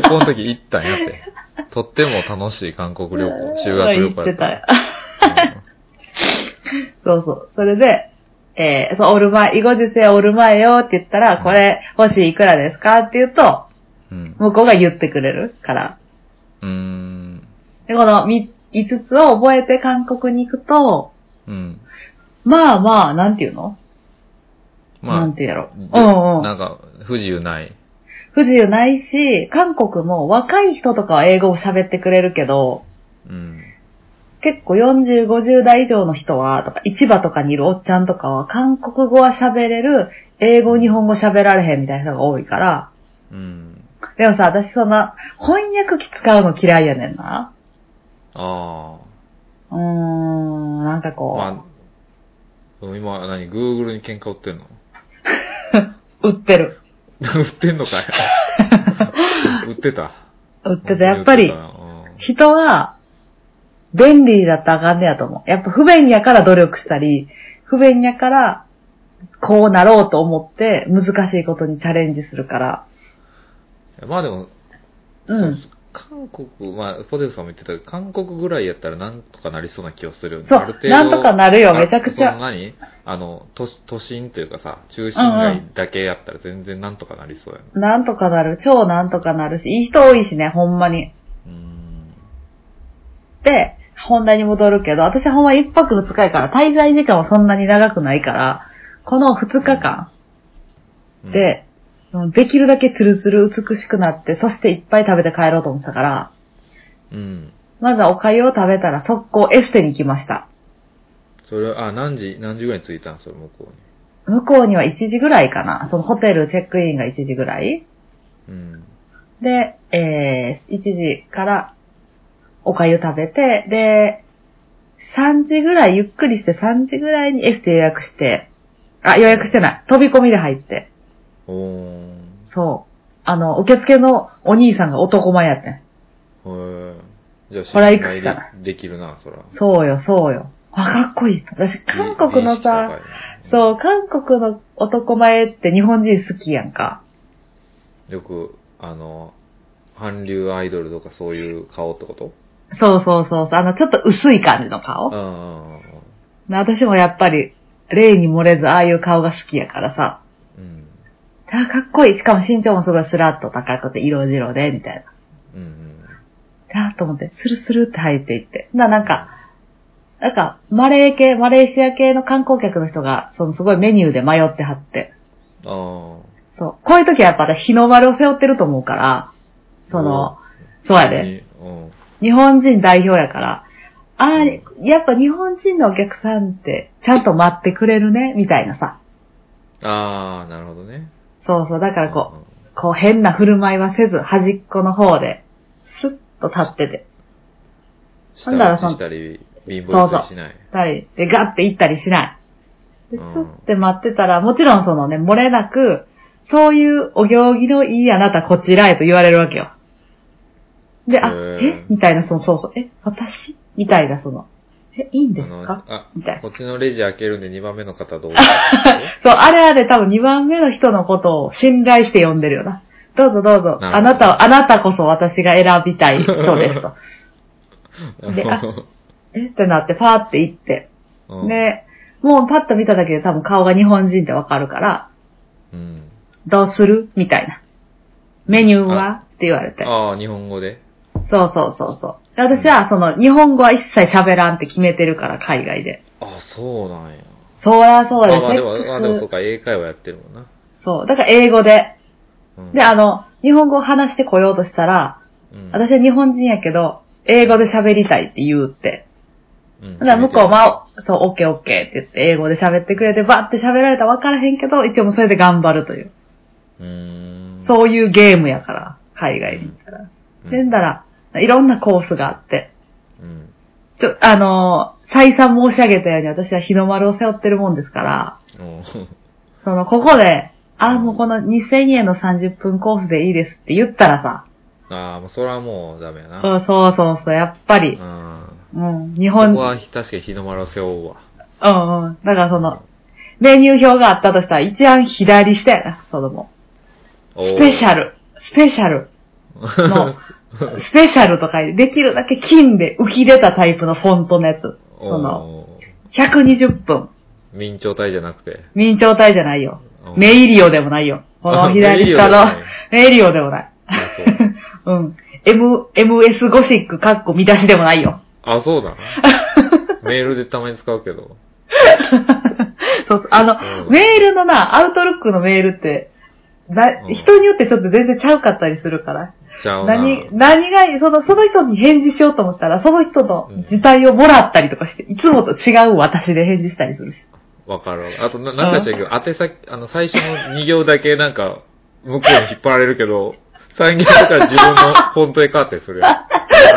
Speaker 1: 高校の時行ったんやって。とっても楽しい韓国旅行、修 学旅行
Speaker 2: 言
Speaker 1: や
Speaker 2: っ
Speaker 1: って
Speaker 2: た
Speaker 1: た。
Speaker 2: よ。そうそう。それで、えー、そう、おる前、囲碁受精おる前よって言ったら、
Speaker 1: うん
Speaker 2: これ欲しいいくらですかって言うと、
Speaker 1: うん。
Speaker 2: 向こうが言ってくれるから。
Speaker 1: うーん。
Speaker 2: で、この5つを覚えて韓国に行くと、
Speaker 1: うん。
Speaker 2: まあまあ、なんていうの、な
Speaker 1: ま
Speaker 2: んていうやろ。
Speaker 1: あ、
Speaker 2: うんう。
Speaker 1: なんんか、不自由ない。
Speaker 2: 不自由ないし、韓国も若い人とかは英語を喋ってくれるけど、
Speaker 1: うん。
Speaker 2: 結構40、50代以上の人は、とか、市場とかにいるおっちゃんとかは、韓国語は喋れる、英語、日本語喋られへんみたいな人が多いから、
Speaker 1: うん。
Speaker 2: でもさ、私そんな、翻訳機使うの嫌いやねんな。
Speaker 1: あ
Speaker 2: うーん、なんか
Speaker 1: あ。
Speaker 2: こう、
Speaker 1: まあ、今、何、Google に喧嘩売ってんの
Speaker 2: 売ってる。
Speaker 1: 売ってんの かい売ってた。
Speaker 2: 売ってた。やっぱり
Speaker 1: 本、当に売って
Speaker 2: 人は、便利だったらあかんねやと思う。やっぱ不便やから努力したり、不便やから、こうなろうと思って、難しいことにチャレンジするから。
Speaker 1: たなうんまあでも、
Speaker 2: うん。
Speaker 1: 韓国、まあ、ポテトさんも言ってたけど、韓国ぐらいやったらなんとかなりそうな気がするよね。
Speaker 2: そ
Speaker 1: ある
Speaker 2: う
Speaker 1: 程、度
Speaker 2: なんとかなるよ、めちゃくち
Speaker 1: あそ
Speaker 2: ゃ。
Speaker 1: の何あの都市、都心というかさ、中心街だけやったら全然なんとかなりそうやな。
Speaker 2: なんとかなる、超なんとかなるし、いい人多いしね、ほんまに。
Speaker 1: うーん。
Speaker 2: で、本題に戻るけど、私はほんま一泊二日やから、滞在時間はそんなに長くないから、この二日間
Speaker 1: うん、
Speaker 2: で、うんできるだけツルツル美しくなって、そしていっぱい食べて帰ろうと思ってたから、
Speaker 1: うん。
Speaker 2: まずはお粥を食べたら速攻エステに行きました。
Speaker 1: それ、あ、何時、何時ぐらいに着いたんそれ、向こ
Speaker 2: 向こうには1時ぐらいかな。そのホテルチェックインが1時ぐらいう
Speaker 1: に。うん。
Speaker 2: で、えー、1時からお粥食べて、で、 3時ぐらい、ゆっくりして3時ぐらいにエステ予約して、あ、予約してない。飛び込みで入って。
Speaker 1: おー。
Speaker 2: そう。あの、受付のお兄さんが男前やってん。
Speaker 1: へーじゃあ、
Speaker 2: ほら行くしかない
Speaker 1: 信頼できるな、そら。
Speaker 2: そうよ、そうよ。あ、かっこいい。私、韓国のさ、、
Speaker 1: う
Speaker 2: そう、韓国の男前って日本人好きやんか。
Speaker 1: ん。よく、あの、韓流アイドルとかそういう顔ってこと
Speaker 2: そうそうそうそう。あの、ちょっと薄い感じの顔
Speaker 1: う。んうん
Speaker 2: 私もやっぱり、例に漏れずああいう顔が好きやからさ。
Speaker 1: うん。
Speaker 2: あかっこいい。しかも身長もすごいスラッと高くて色白で、みたい
Speaker 1: うん。うん
Speaker 2: な。あーと思って、スルスルって入っていって。な、なんか、なんか、マレー系、マレーシア系の観光客の人が、そのすごいメニューで迷ってはって。
Speaker 1: うん。あ
Speaker 2: そう。こういう時はやっぱ私日の丸を背負ってると思うから、
Speaker 1: あ。
Speaker 2: その、そうやで。
Speaker 1: うん。うん。
Speaker 2: 日本人代表やから、ああ、やっぱ日本人のお客さんって、ちゃんと待ってくれるね、みたいなさ。
Speaker 1: ああ、なるほどね。
Speaker 2: そうそう。だからこ
Speaker 1: うんうん
Speaker 2: う、こう変な振る舞いはせず、端っこの方で、スッと立ってて、
Speaker 1: 下
Speaker 2: ほんだら
Speaker 1: 打
Speaker 2: そ
Speaker 1: ち
Speaker 2: の
Speaker 1: したり、貧乏したりしない。
Speaker 2: 二人でガッて行ったりしない。で、ス
Speaker 1: うん
Speaker 2: ッて待ってたら、もちろんそのね、漏れなく、そういうお行儀のいいあなたこちらへと言われるわけよ。で、あ
Speaker 1: へ、ー
Speaker 2: えみたいな、その、そうそう、え、私みたいな、その、え、いいんですか
Speaker 1: あ
Speaker 2: みたいな
Speaker 1: の、あ、。こっちのレジ開けるんで2番目の方 どうぞあ
Speaker 2: そう、あれあれ多分2番目の人のことを信頼して呼んでるよな。どうぞどうぞ、
Speaker 1: なるほど
Speaker 2: あなたを、あなたこそ私が選びたい人です と。であ
Speaker 1: の
Speaker 2: えってなって、パーって行って。
Speaker 1: うん
Speaker 2: で、もうパッと見ただけで多分顔が日本人ってわかるから、
Speaker 1: うん。
Speaker 2: どうするみたいな。メニューはって言われて。
Speaker 1: ああ、日本語で。
Speaker 2: そうそうそうそう。で私はその日本語は一切喋らんって決めてるから、海外で。
Speaker 1: あそうなんや。
Speaker 2: そりゃそう
Speaker 1: ま
Speaker 2: で
Speaker 1: あまあでも、
Speaker 2: セックス
Speaker 1: まあでもそうか、英会話やってるもんな。
Speaker 2: そう。だから英語で。
Speaker 1: うん
Speaker 2: で、あの、日本語を話してこようとしたら、
Speaker 1: うん、
Speaker 2: 私は日本人やけど、英語で喋りたいって言うって。
Speaker 1: うん、
Speaker 2: だから向こうは、そう、オッケーオッケーって言って、英語で喋ってくれて、バーって喋られたら分からへんけど、一応もうそれで頑張るという。
Speaker 1: うーん。
Speaker 2: そういうゲームやから、海外に行ったら。
Speaker 1: うん。
Speaker 2: でんだら、いろんなコースがあって。
Speaker 1: うん。
Speaker 2: ちょ、あのー再三申し上げたように私は日の丸を背負ってるもんですから、
Speaker 1: おー
Speaker 2: その、ここで、あ、もうこの2000円の30分コースでいいですって言ったらさ、
Speaker 1: ああ、もうそれはもうダメやな。
Speaker 2: そうそうそうそう、やっぱり、
Speaker 1: うん。
Speaker 2: うん、日
Speaker 1: こ
Speaker 2: 本、
Speaker 1: こは確かに日の丸を背負うわ。
Speaker 2: うんうん。だからその、メニュー表があったとしたら一番左下やな、そのもう。スペシャ
Speaker 1: ル。
Speaker 2: ル。スペシャル の、スペシャルとかできるだけ金で浮き出たタイプのフォントのやつ。
Speaker 1: お
Speaker 2: そ
Speaker 1: の、
Speaker 2: 120分。
Speaker 1: 明朝体じゃなくて。
Speaker 2: 明朝体じゃないよ。
Speaker 1: うん
Speaker 2: メイリオでもないよ。この左下の、。メイリオでもない。
Speaker 1: あメイリオでもない
Speaker 2: うん。M、MS ゴシックかっこ見出しでもないよ。
Speaker 1: あ、そう だな。メールでたまに使うけど。
Speaker 2: そうそう。あの、
Speaker 1: うん
Speaker 2: メールのな、アウトロックのメールって、だ
Speaker 1: うん
Speaker 2: 人によってちょっと全然ちゃうかったりするから。
Speaker 1: ちゃうな。
Speaker 2: 何、何が、その、その人に返事しようと思ったら、その人の
Speaker 1: うん
Speaker 2: 事態をもらったりとかして、いつもと違う私で返事したりするし。
Speaker 1: わかるわ。あと、な、なんかしたけど、宛先、あの、最初の2行だけなんか、向こうに引っ張られるけど、3行目から自分のフォントへ変わったりするよ。あ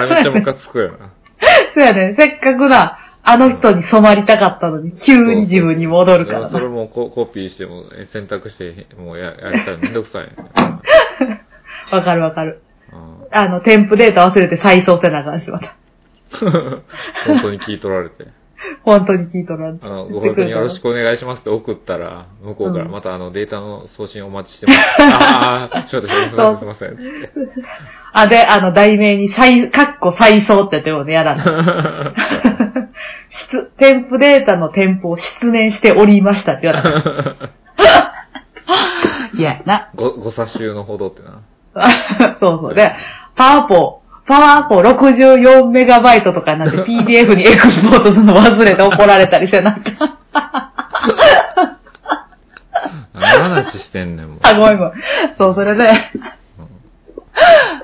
Speaker 1: れめっちゃムカつくよな。
Speaker 2: そうやね、せっかくな、あの人に染まりたかったのに、急に自分に戻るか
Speaker 1: で
Speaker 2: ら
Speaker 1: もそれ
Speaker 2: な。
Speaker 1: もココピーしても、え選択して、もうや、やったらめんどくさい、ね。
Speaker 2: わかるわかる。
Speaker 1: うん
Speaker 2: あの、添付データ忘れて再送せなあかんしまった。
Speaker 1: 本当に聞い取られて。
Speaker 2: 本当に聞いとらん。
Speaker 1: あの、ご確認よろし
Speaker 2: く。
Speaker 1: くお願いしますって送ったら、向こうから
Speaker 2: うん
Speaker 1: またあのデータの送信お待ちして ます。ああ、ちょっとすいません、すいません。
Speaker 2: あ、で、あの、題名に再、かっこ再送って言ってもね、やらない。失、添付データの添付を失念しておりましたって言われた。いや、な。
Speaker 1: ご、ご差しのほどってな。
Speaker 2: そうそう。で、パワポ、パワポ64メガバイトとかになって PDF にエクスポートするの忘れて怒られたりして、なんか、
Speaker 1: 何の話してんねん、もう。
Speaker 2: あ、ごめんごめん。そう、それで、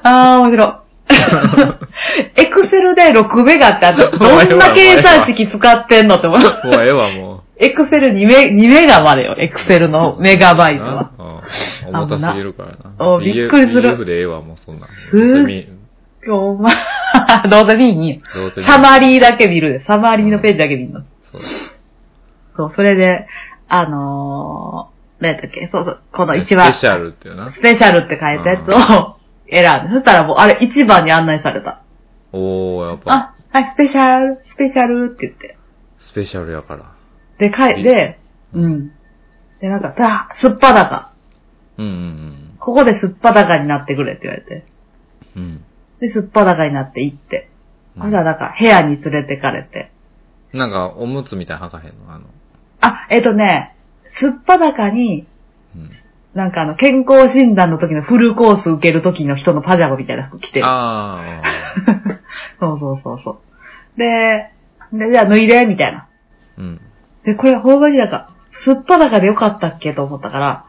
Speaker 2: あー、面白 い。エクセルで6メガってあった
Speaker 1: お前は
Speaker 2: どんな計算式使ってんのって思う。
Speaker 1: もうええわ、も
Speaker 2: エクセル2メ ,2 メガまでよ、エクセル
Speaker 1: う。
Speaker 2: のメガバイトは。
Speaker 1: うん。重たすぎるからな。
Speaker 2: おびっくりする
Speaker 1: BF でええわ、もうそんなん。
Speaker 2: すっごいお前、どうせ見に。
Speaker 1: どうせ見る
Speaker 2: サマリーだけ見る。サマリーのページだけ見るの。
Speaker 1: そう
Speaker 2: そう、それで、あのー、何やったっけそうそう、この一番、
Speaker 1: スペシャルっていうな
Speaker 2: ス。ペシャルって書いたやつを選んで、そしたらもう、あれ一番に案内された。
Speaker 1: おー、やっぱ、
Speaker 2: あ、はい、スペシャル、スペシャルって言って。
Speaker 1: スペシャルやから。
Speaker 2: で、書いて、うん。で、なんか、さあ、すっぱだか。
Speaker 1: うんうん
Speaker 2: ここですっぱだかになってくれって言われて。
Speaker 1: うん。うん。
Speaker 2: で、すっぱだかになって行って。
Speaker 1: うん
Speaker 2: あら、なんか、部屋に連れてかれて。
Speaker 1: なんか、おむつみたいなの履かへんのあの、
Speaker 2: あ、えっ、とね、すっぱだかに、
Speaker 1: うん。
Speaker 2: なんかあの、健康診断の時のフルコース受ける時の人のパジャマみたいな服着てる。
Speaker 1: あー。
Speaker 2: そうそうそうそう。で、でじゃあ脱いで、みたいな。
Speaker 1: うん。
Speaker 2: で、これほんまになんか、すっぱだかでよかったっけと思ったから、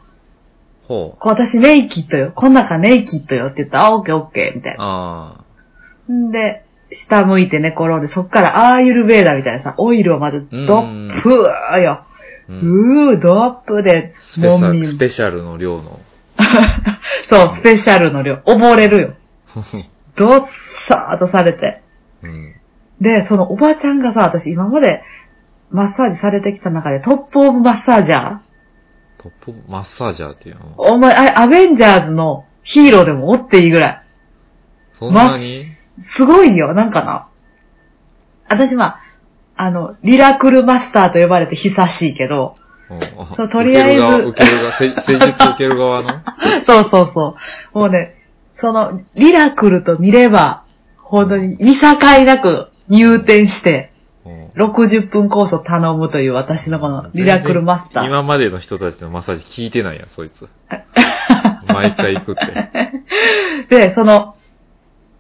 Speaker 1: ほう。
Speaker 2: こう私ネイキッドよ。こん中ネイキッドよって言ったら、あ、オッケーオッケー、みたいな。
Speaker 1: あ
Speaker 2: んで、下向いて寝転んで、そっからアーユルベーダーみたいなさ、オイルをまずドップーよ。
Speaker 1: ー。うん。
Speaker 2: うー、ドップで、
Speaker 1: スペシャ
Speaker 2: もみ
Speaker 1: ル、スペシャルの量の。
Speaker 2: そう、スペシャルの量、溺れるよ。
Speaker 1: ふふ
Speaker 2: ドッサーとされて。
Speaker 1: うん。
Speaker 2: で、そのおばちゃんがさ、私今までマッサージされてきた中でトップオブマッサージャー
Speaker 1: トップマッサージャーっていうの
Speaker 2: お前、あれ、アベンジャーズのヒーローでもおっていいぐらい。
Speaker 1: そんなに
Speaker 2: すごいよ、なんかな。私まあ、あの、リラクルマスターと呼ばれて久しいけど、そうとりあえず
Speaker 1: 受ける側、受ける 側、せ施術受ける側の
Speaker 2: そうそうそう。もうね、その、リラクルと見れば、本当に見境なく入店して、
Speaker 1: うん
Speaker 2: 60分コースを頼むという私のこのリラクルマスター。
Speaker 1: 今までの人たちのマッサージ聞いてないやん、そい つ。毎回行くって。
Speaker 2: で、その、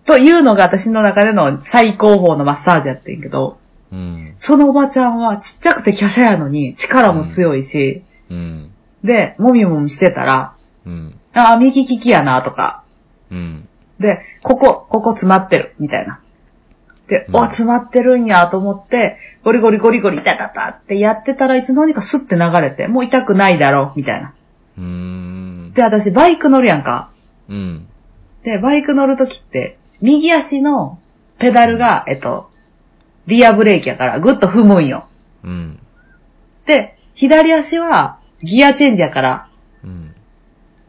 Speaker 2: というのが私の中での最高峰のマッサージやってんけど、
Speaker 1: うん。
Speaker 2: そのおばちゃんはちっちゃくて華奢やのに力も強いし、
Speaker 1: うん。
Speaker 2: で、もみもみしてたら、
Speaker 1: うん。
Speaker 2: ああ、右利きやなとか、
Speaker 1: うん。
Speaker 2: で、ここ、ここ詰まってる、みたいな。で、
Speaker 1: うん
Speaker 2: お、詰まってるんやと思って、ゴリゴリゴリゴリ、痛たたってやってたらいつの間にかスッて流れて、もう痛くないだろう、みたいな。
Speaker 1: うーん。
Speaker 2: で、私バイク乗るやんか。
Speaker 1: うん。
Speaker 2: で、バイク乗るときって、右足のペダルが、えっと、リアブレーキやから、ぐっと踏むんよ。
Speaker 1: うん。
Speaker 2: で、左足はギアチェンジやから、
Speaker 1: うん。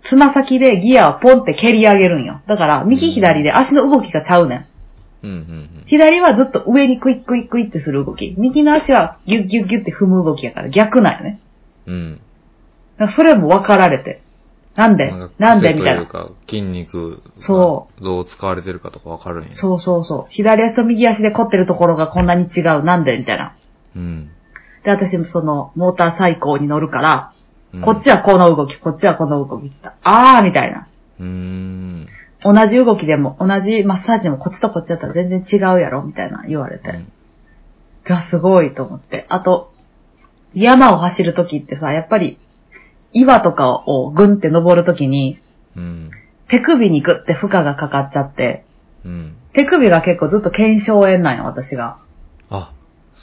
Speaker 2: つま先でギアをポンって蹴り上げるんよ。だから、右左で足の動きがちゃうねん。
Speaker 1: うん。うん。
Speaker 2: 左はずっと上にクイックイックイってする動き。右の足はギュッギュッギュッって踏む動きやから逆なんよね。
Speaker 1: うん。
Speaker 2: だからそれも分かられて。なんで
Speaker 1: か
Speaker 2: なんでみたい
Speaker 1: とう
Speaker 2: な。
Speaker 1: か、筋肉、
Speaker 2: そ
Speaker 1: どう使われてるかとかわかるんや。
Speaker 2: そうそうそう。左足と右足で凝ってるところがこんなに違う。なんでみたいな。
Speaker 1: うん。
Speaker 2: で、私もその、モーターサイクルに乗るから、
Speaker 1: うん。
Speaker 2: こっちはこの動き、こっちはこの動きって。あーみたいな。
Speaker 1: うーん。
Speaker 2: 同じ動きでも、同じマッサージでもこっちとこっちだったら全然違うやろみたいな言われて。がすごいと思って。あと、山を走るときってさ、やっぱり、岩とかをぐんって登るときに、
Speaker 1: うん。
Speaker 2: 手首にグッて負荷がかかっちゃって、
Speaker 1: うん。
Speaker 2: 手首が結構ずっと腱鞘炎なんよ、私が。
Speaker 1: あ、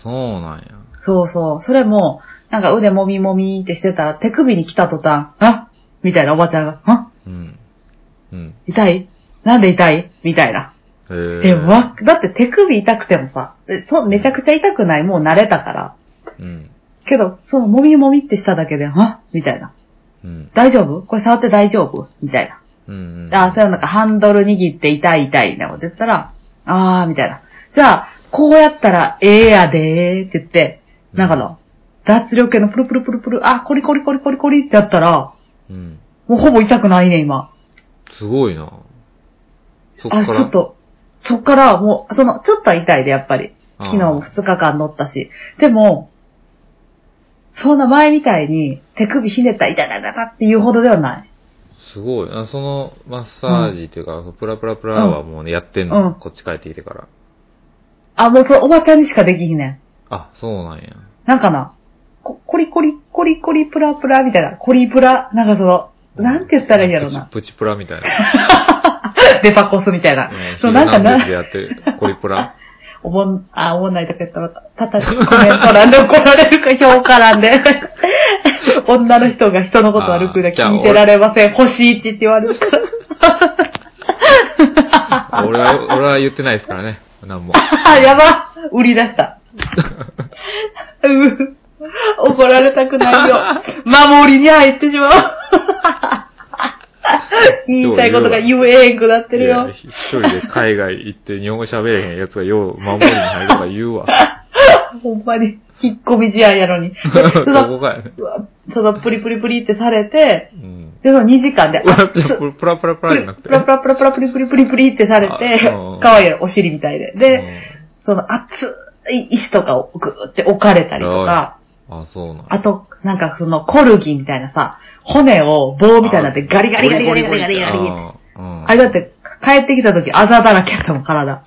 Speaker 1: そうなんや。
Speaker 2: そうそう。それも、なんか腕もみもみってしてたら、手首に来た途端、あみたいなおばちゃんが、あ
Speaker 1: うん。うん。
Speaker 2: 痛いなんで痛いみたいな。
Speaker 1: へー
Speaker 2: え、わ、だって手首痛くてもさ、えそう、めちゃくちゃ痛くない、もう慣れたから。
Speaker 1: うん。
Speaker 2: けど、そのもみもみってしただけで、あみたいな。
Speaker 1: うん。
Speaker 2: 大丈夫これ触って大丈夫みたいな。
Speaker 1: うん。うん
Speaker 2: あ、そういうなんかハンドル握って痛い痛いみたいなこと言ったら、あーみたいな。じゃあ、こうやったらええやでーって言って、なんかの、脱力系のプルプルプルプル、あ、コリコリコリコリコリってやったら、
Speaker 1: うん。
Speaker 2: もうほぼ痛くないね、今。
Speaker 1: すごいな。そっから。
Speaker 2: あ、ちょっと、そっからもう、その、ちょっとは痛いで、やっぱり。
Speaker 1: あー
Speaker 2: 昨日も2日間乗ったし。でも、そんな前みたいに手首ひねった痛い痛い痛い痛いっていうほどではない。
Speaker 1: すごい。あそのマッサージっていうか、プラプラプラはもうね、やってん
Speaker 2: うん
Speaker 1: の。こっち帰ってきてから。
Speaker 2: あ、もうそれおばちゃんにしかできひんねん。
Speaker 1: あ、そうなんや。
Speaker 2: なんかな、こコリコリ、コリコリプラプラみたいな、コリプラ、なんかその、なんて言ったらいいやろな。
Speaker 1: プチプチプラみたい な。
Speaker 2: デパコスみたいな。
Speaker 1: ん
Speaker 2: そうなんかな
Speaker 1: ヒゲダンデルでやってる、コリプラ。
Speaker 2: おもん、あ、おもんないとか言ったら、たたきコメント欄で怒られるか、評価欄 で。女の人が人のこと悪くで聞いてられません。星1って言われるから。
Speaker 1: 俺は、俺は言ってないですからね。なんも。
Speaker 2: あ、やば売り出した。う怒られたくない よ。守りに入ってしまう。言いたいことが言えへんくなってる
Speaker 1: いや
Speaker 2: よ。
Speaker 1: 一人で海外行って日本語喋れへんやつがよう守りに入るとか言うわ。
Speaker 2: ほんまに、引っ込み思案やのに。
Speaker 1: そ
Speaker 2: そ
Speaker 1: こ
Speaker 2: の、
Speaker 1: かいね。
Speaker 2: うわそのプリプリプリってされて
Speaker 1: う、 ん。
Speaker 2: で、その2時間で、
Speaker 1: プラ
Speaker 2: あす
Speaker 1: プラプラプ
Speaker 2: プ
Speaker 1: ラじ
Speaker 2: ラ
Speaker 1: ゃなくて。
Speaker 2: プラプラプラプラプリプリプリプリってされて
Speaker 1: あうん、
Speaker 2: 可愛いお尻みたいで。で、その熱い石とかをグーって置かれたりとか、
Speaker 1: うん、あ、そうなん
Speaker 2: あと、なんかそのコルギみたいなさ、骨を棒みたいになってガリガリガリガリガリガリガリガリ。
Speaker 1: あーうん
Speaker 2: あれだって、帰ってきた時あざだらけやったもん、体。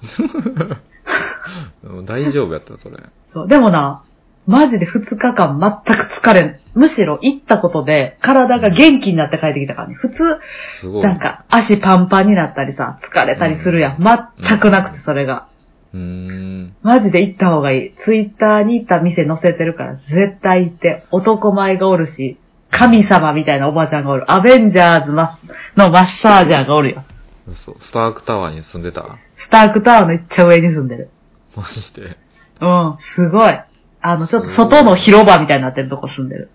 Speaker 1: うん大丈夫やった、それ。
Speaker 2: そうでもな、マジで2日間全く疲れん。むしろ行ったことで体が元気になって帰ってきたからね。普通、
Speaker 1: すごい。
Speaker 2: なんか足パンパンになったりさ、疲れたりするやん。全くなくて、それが。
Speaker 1: うーん。
Speaker 2: マジで行った方がいい。ツイッターに行った店載せてるから、絶対行って。男前がおるし、神様みたいなおばちゃんがおる。アベンジャーズマスのマッサージャーがおるよ。
Speaker 1: 嘘。スタークタワーに住んでた
Speaker 2: スタークタワーのいっちゃ上に住んでる。
Speaker 1: マジで。
Speaker 2: うん、すごい。あの、ちょっと外の広場みたいになってるとこ住んでる。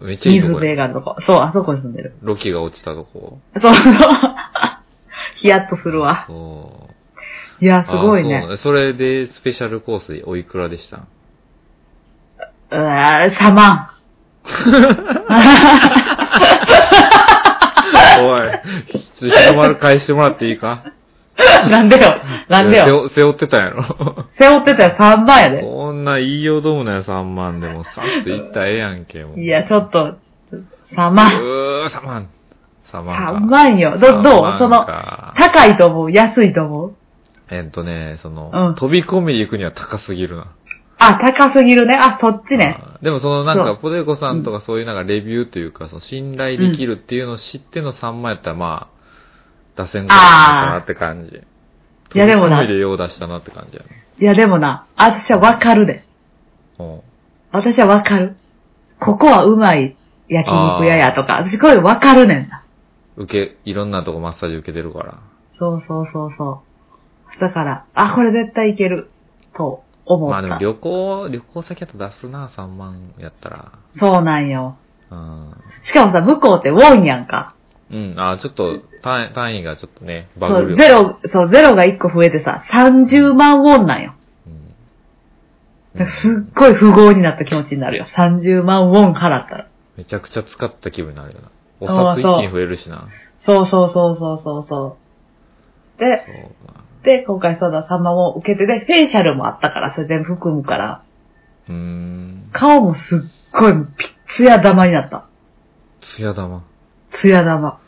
Speaker 1: めっちゃいい
Speaker 2: 水
Speaker 1: とこ
Speaker 2: 辺
Speaker 1: や。
Speaker 2: があるとこ。そう、あそこに住んでる。
Speaker 1: ロキが落ちたとこ。
Speaker 2: そう。 ヒヤッとするわ。
Speaker 1: そう。
Speaker 2: いや、すごいね
Speaker 1: あ。そうそれで、スペシャルコースでおいくらでした
Speaker 2: うわー、サマ
Speaker 1: おい、ちょっと日の丸返してもらっていいか
Speaker 2: ン。 なんでよ。なんで
Speaker 1: いや背
Speaker 2: よ。
Speaker 1: 負背負ってたんやろ。
Speaker 2: 背負ってたら3万やで。
Speaker 1: こんな言いようどもなよ、3万でも。さっと言ったらええやんけ、もう。
Speaker 2: いや、ちょっと、3
Speaker 1: う
Speaker 2: 万。
Speaker 1: ー、3万。3万か。
Speaker 2: 3万よ。ど、
Speaker 1: 3
Speaker 2: どう
Speaker 1: 万
Speaker 2: その、
Speaker 1: か
Speaker 2: 高いと思う安いと思う
Speaker 1: えっとね、その、
Speaker 2: うん
Speaker 1: 飛び込みで行くには高すぎるな。
Speaker 2: あ、高すぎるね。あ、そっちね。
Speaker 1: あーでもそのなん
Speaker 2: そ
Speaker 1: か、
Speaker 2: う
Speaker 1: ポテコさんとかそういうなんかレビューというか、その信頼できるっていうのを知っての3万やったら、まあ、出せんことないかなって感じ。
Speaker 2: いやでもな
Speaker 1: 飛び込みで用出したなって感じやね。
Speaker 2: いや、でもな、私はわかるで。
Speaker 1: うん。
Speaker 2: 私はわかる。ここはうまい焼肉屋やとか、私これわかるねんな。
Speaker 1: 受け、いろんなとこマッサージ受けてるから。
Speaker 2: そうそうそうそう。だから、あ、これ絶対いける、と思
Speaker 1: まあ
Speaker 2: っ
Speaker 1: で
Speaker 2: た
Speaker 1: も。旅行、旅行先やと出すな、3万やったら。
Speaker 2: そうなんよ。
Speaker 1: うん。
Speaker 2: しかもさ、向こうってウォンやんか。
Speaker 1: うん、あー、ちょっと単位、単位がちょっとね、バ
Speaker 2: そ
Speaker 1: グる。
Speaker 2: う、ゼ。ロ、そう、ゼロが1個増えてさ、30万ウォンなんよ。
Speaker 1: うん。
Speaker 2: だからすっごい富豪になった気持ちになるよ。30万ウォン払ったら。
Speaker 1: めちゃくちゃ使った気分になるよな。お
Speaker 2: あ
Speaker 1: 札一
Speaker 2: ーそう
Speaker 1: 気に増えるしな。
Speaker 2: そうそうそうそうそうそう。で、
Speaker 1: そうか。
Speaker 2: で、今回そうだ、サンマも受けてで、フェイシャルもあったから、それ全部含むから、
Speaker 1: うーん。
Speaker 2: 顔もすっごい、ピッ、ツヤ玉になった。
Speaker 1: つや玉。
Speaker 2: ツヤ玉。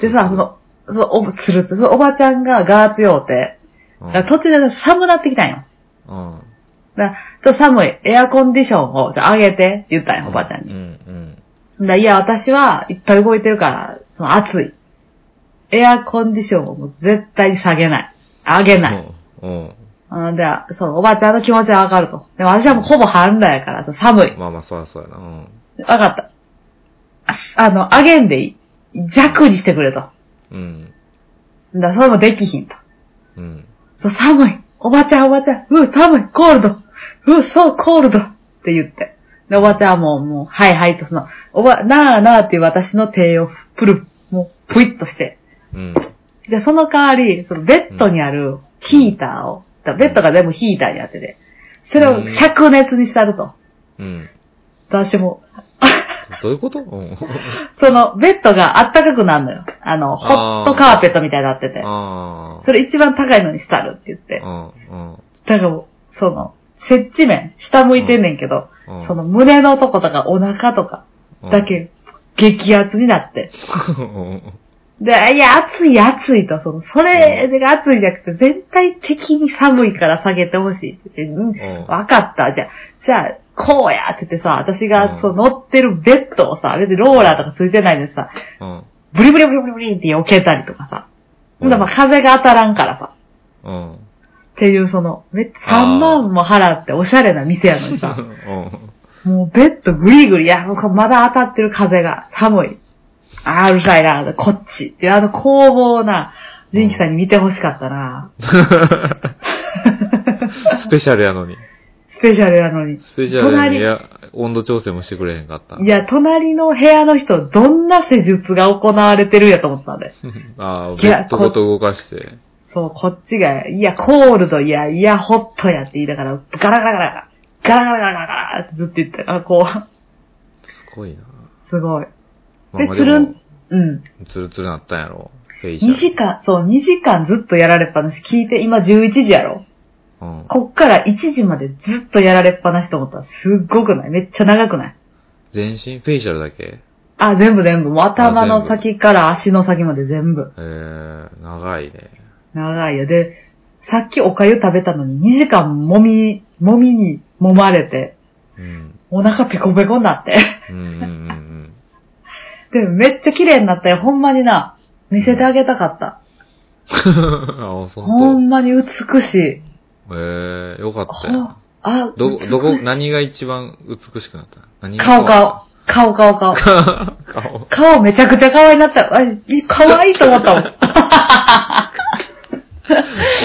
Speaker 2: でさ、その、その、お、つるつる、そのおばちゃんがガーツ用て、
Speaker 1: うん、
Speaker 2: だから途中で寒なってきたんよ。
Speaker 1: うん。
Speaker 2: ちょっと寒い、エアコンディションを、じゃあ上げて、言ったんよ、おばちゃん
Speaker 1: う
Speaker 2: に。
Speaker 1: ん、
Speaker 2: だいや、私はいっぱい動いてるから、その暑い。エアコンディションをもう絶対に下げない。上げ
Speaker 1: うん。
Speaker 2: ない。
Speaker 1: うん。うん。
Speaker 2: うん、で、そう、おばちゃんの気持ちはわかると。でも私はもうほぼ半裸やから、そう寒い。
Speaker 1: まあまあ、そうやそうやな。うん。
Speaker 2: わかった。ああの、あげんでいい。弱にしてくれと。
Speaker 1: うん。
Speaker 2: だ、それもできひんと。
Speaker 1: うん。
Speaker 2: そう、寒い。おばちゃん、おばちゃん。うん、寒い。コールド。うん、そう、コールド。って言って。で、おばちゃんはもう、もう、はいはいと、その、おば、なあなあっていう私の手を、プル、もう、ぷいっとして。
Speaker 1: うん。
Speaker 2: じゃあ、その代わり、その、ベッドにあるヒーターを、だベッドが全部ヒーターにあってて、それを灼熱にしたると。
Speaker 1: うん。
Speaker 2: 私も、
Speaker 1: どういうことうん。
Speaker 2: その、ベッドがあったかくなるのよ。あの、ホ
Speaker 1: あー
Speaker 2: ットカーペットみたいになってて。
Speaker 1: あ
Speaker 2: それ一番高いのにしたるって言って
Speaker 1: あ。う。ん。うん。
Speaker 2: だからもう、その、接地面、下向いてんねんけど、
Speaker 1: うん
Speaker 2: その胸のとことかお腹とかだ。け、激熱になって。
Speaker 1: うん
Speaker 2: で、いや、暑い暑いと、その、それが暑いじゃなくて、全体的に寒いから下げてほしいって言って、
Speaker 1: う
Speaker 2: うんん、わかった、じゃあ、じゃあ、こうやって言ってさ、私
Speaker 1: うん
Speaker 2: が、そう、乗ってるベッドをさ、別にローラーとかついてないでさ、
Speaker 1: うん。
Speaker 2: ブリブリブリブリブリって避けたりとかさ、ほんでまあ風が当たらんからさ、
Speaker 1: うん。
Speaker 2: っていうその、めっちゃ3万も払っておしゃれな店やのにさ、
Speaker 1: うん。
Speaker 2: もうベッドグリグリ、いや、もうまだ当たってる風が、寒い。あーうるさいな、こっち。で、あの、工房な、ジンキさんに見てほしかったな。
Speaker 1: スペシャルやのに。
Speaker 2: スペシャルなのに。
Speaker 1: スペシャルやのにいや、温度調整もしてくれへんかった。
Speaker 2: いや、隣の部屋の人、どんな施術が行われてるんやと思ったんで。
Speaker 1: ああ、
Speaker 2: い
Speaker 1: ベ
Speaker 2: や
Speaker 1: ッドごと動かして。
Speaker 2: そう、こっちが、いや、コールド、いや、いや、ホットやって言いながら、ガラガラガラガラ、ガラガラガラガラってずっと言ったから、こう、
Speaker 1: すごいな。
Speaker 2: すごい。
Speaker 1: まあまあ
Speaker 2: つるん
Speaker 1: も
Speaker 2: うん。
Speaker 1: つるつるなったんやろ。フェイシャル。
Speaker 2: 2時間、そう、2時間ずっとやられっぱなし、聞いて、今11時やろ。
Speaker 1: うん。
Speaker 2: こっから1時までずっとやられっぱなしと思ったら、すっごくないめっちゃ長くない
Speaker 1: 全身フェイシャルだけ
Speaker 2: あ、全部全部。もう頭
Speaker 1: あ
Speaker 2: の
Speaker 1: 全部
Speaker 2: 先から足の先まで全部。
Speaker 1: えー、長いね。
Speaker 2: 長いよ。で、さっきお粥食べたのに2時間もみ、もみに揉まれて、
Speaker 1: うん。
Speaker 2: お腹ペコペコになって。
Speaker 1: うんうんうんうん。
Speaker 2: でもめっちゃ綺麗になったよ。ほんまにな。見せてあげたかった。
Speaker 1: あ、
Speaker 2: ほ
Speaker 1: 本
Speaker 2: んまに美しい。
Speaker 1: 当。えー、よかった
Speaker 2: ほ
Speaker 1: よ。
Speaker 2: あ、
Speaker 1: ど、
Speaker 2: 美しい
Speaker 1: どこ、何が一番美しくなった何が
Speaker 2: 顔顔。顔顔顔。
Speaker 1: 顔。 顔。
Speaker 2: 顔めちゃくちゃ可愛いなった。あ、い可愛いと思った もん。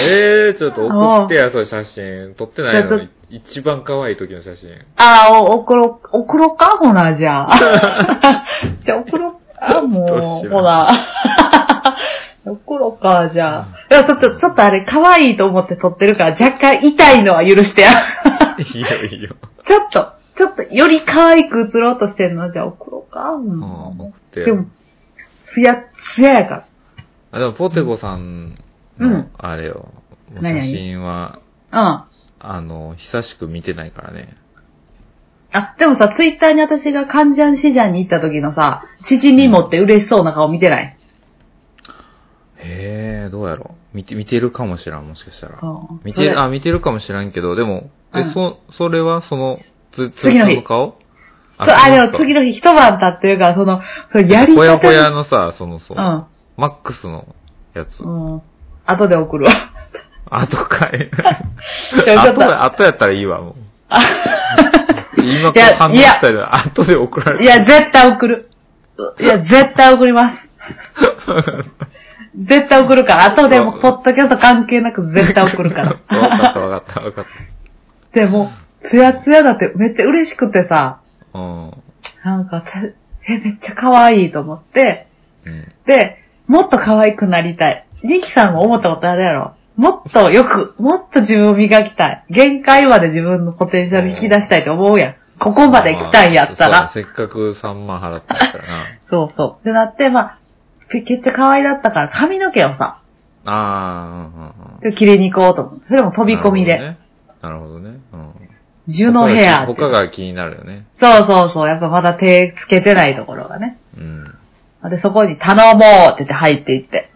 Speaker 1: えー、ちょっと送ってや、その写真。撮ってないの
Speaker 2: ちょ
Speaker 1: に。一番可愛い時の写 真。
Speaker 2: あー、お、送ろ、送ろっかほな、じゃあ。 じゃあ、送ろっか
Speaker 1: どう
Speaker 2: も
Speaker 1: し
Speaker 2: う、
Speaker 1: よう
Speaker 2: ほら。 送ろっか、じゃあ。いや、ちょっと、ちょっとあれ、可愛いと思って撮ってるから、若干痛いのは許してや。
Speaker 1: いいよ、いいよ。
Speaker 2: ちょっと、ちょっと、より可愛く映ろうとしてるのは、じゃあ、送ろっか。う
Speaker 1: うんん、送って
Speaker 2: でも、つや、つややから。
Speaker 1: あ、でも、ポテコさん
Speaker 2: う
Speaker 1: の
Speaker 2: ん、
Speaker 1: あれよ、もう
Speaker 2: 何
Speaker 1: 写
Speaker 2: 々
Speaker 1: 真は、
Speaker 2: うん。
Speaker 1: あの、久しく見てないからね。
Speaker 2: あ、でもさ、ツイッターに私がカンジャンシジャンに行った時のさ、チヂミ持って嬉しそうな顔見てない、
Speaker 1: へえ、どうやろう。見て、見てるかもしらん、もしかしたら。
Speaker 2: うん
Speaker 1: 見てる、あ、見てるかもしらんけど、でも、え、
Speaker 2: うん
Speaker 1: そ、それは、その、つ、つ
Speaker 2: 次の日
Speaker 1: その顔
Speaker 2: そうあ、でも次
Speaker 1: の
Speaker 2: の日一晩経ってるから、その、そのやり方。
Speaker 1: ほやほやのさ、その、そう、
Speaker 2: うん。
Speaker 1: マックスのやつ。
Speaker 2: うん。後で送るわ。
Speaker 1: 後か い。
Speaker 2: いやちょ
Speaker 1: 後
Speaker 2: っと
Speaker 1: で、後やったらいいわ、もう。今
Speaker 2: いや
Speaker 1: から反応したいら、後で送られ
Speaker 2: い
Speaker 1: る。
Speaker 2: や、絶対送る。いや、絶対送ります。絶対送るから。後でも、ポッドキャスト関係なく絶対送る か
Speaker 1: わかった、
Speaker 2: ら。
Speaker 1: わかった、わかっ
Speaker 2: でも、ツヤツヤだってめっちゃ嬉しくてさ、
Speaker 1: た。うん。
Speaker 2: なんか、てえ、めっちゃ可愛いと思って、
Speaker 1: うん。
Speaker 2: で、もっと可愛くなりたい。リキさんも思ったことあるやろ。もっとよく、もっと自分を磨きたい。限界まで自分のポテンシャル引き出したいと思うやん。ここまで来たんやった
Speaker 1: まあそう
Speaker 2: ら。
Speaker 1: だせっかく3万払ったからな。
Speaker 2: そうそう。ってなって、まあ、めっちゃ可愛だったから髪の毛をさ、
Speaker 1: ああ、うんうんうん。
Speaker 2: 切りに行こうと思う。それも飛び込みで。
Speaker 1: なるほどね。なるほどね。
Speaker 2: ジ
Speaker 1: う
Speaker 2: ュ
Speaker 1: ん。
Speaker 2: ノヘアってい
Speaker 1: 他
Speaker 2: う。
Speaker 1: が気になるよね。
Speaker 2: そうそうそう。やっぱまだ手つけてないところがね。
Speaker 1: うん。
Speaker 2: で、そこに頼もうって言って入っていって。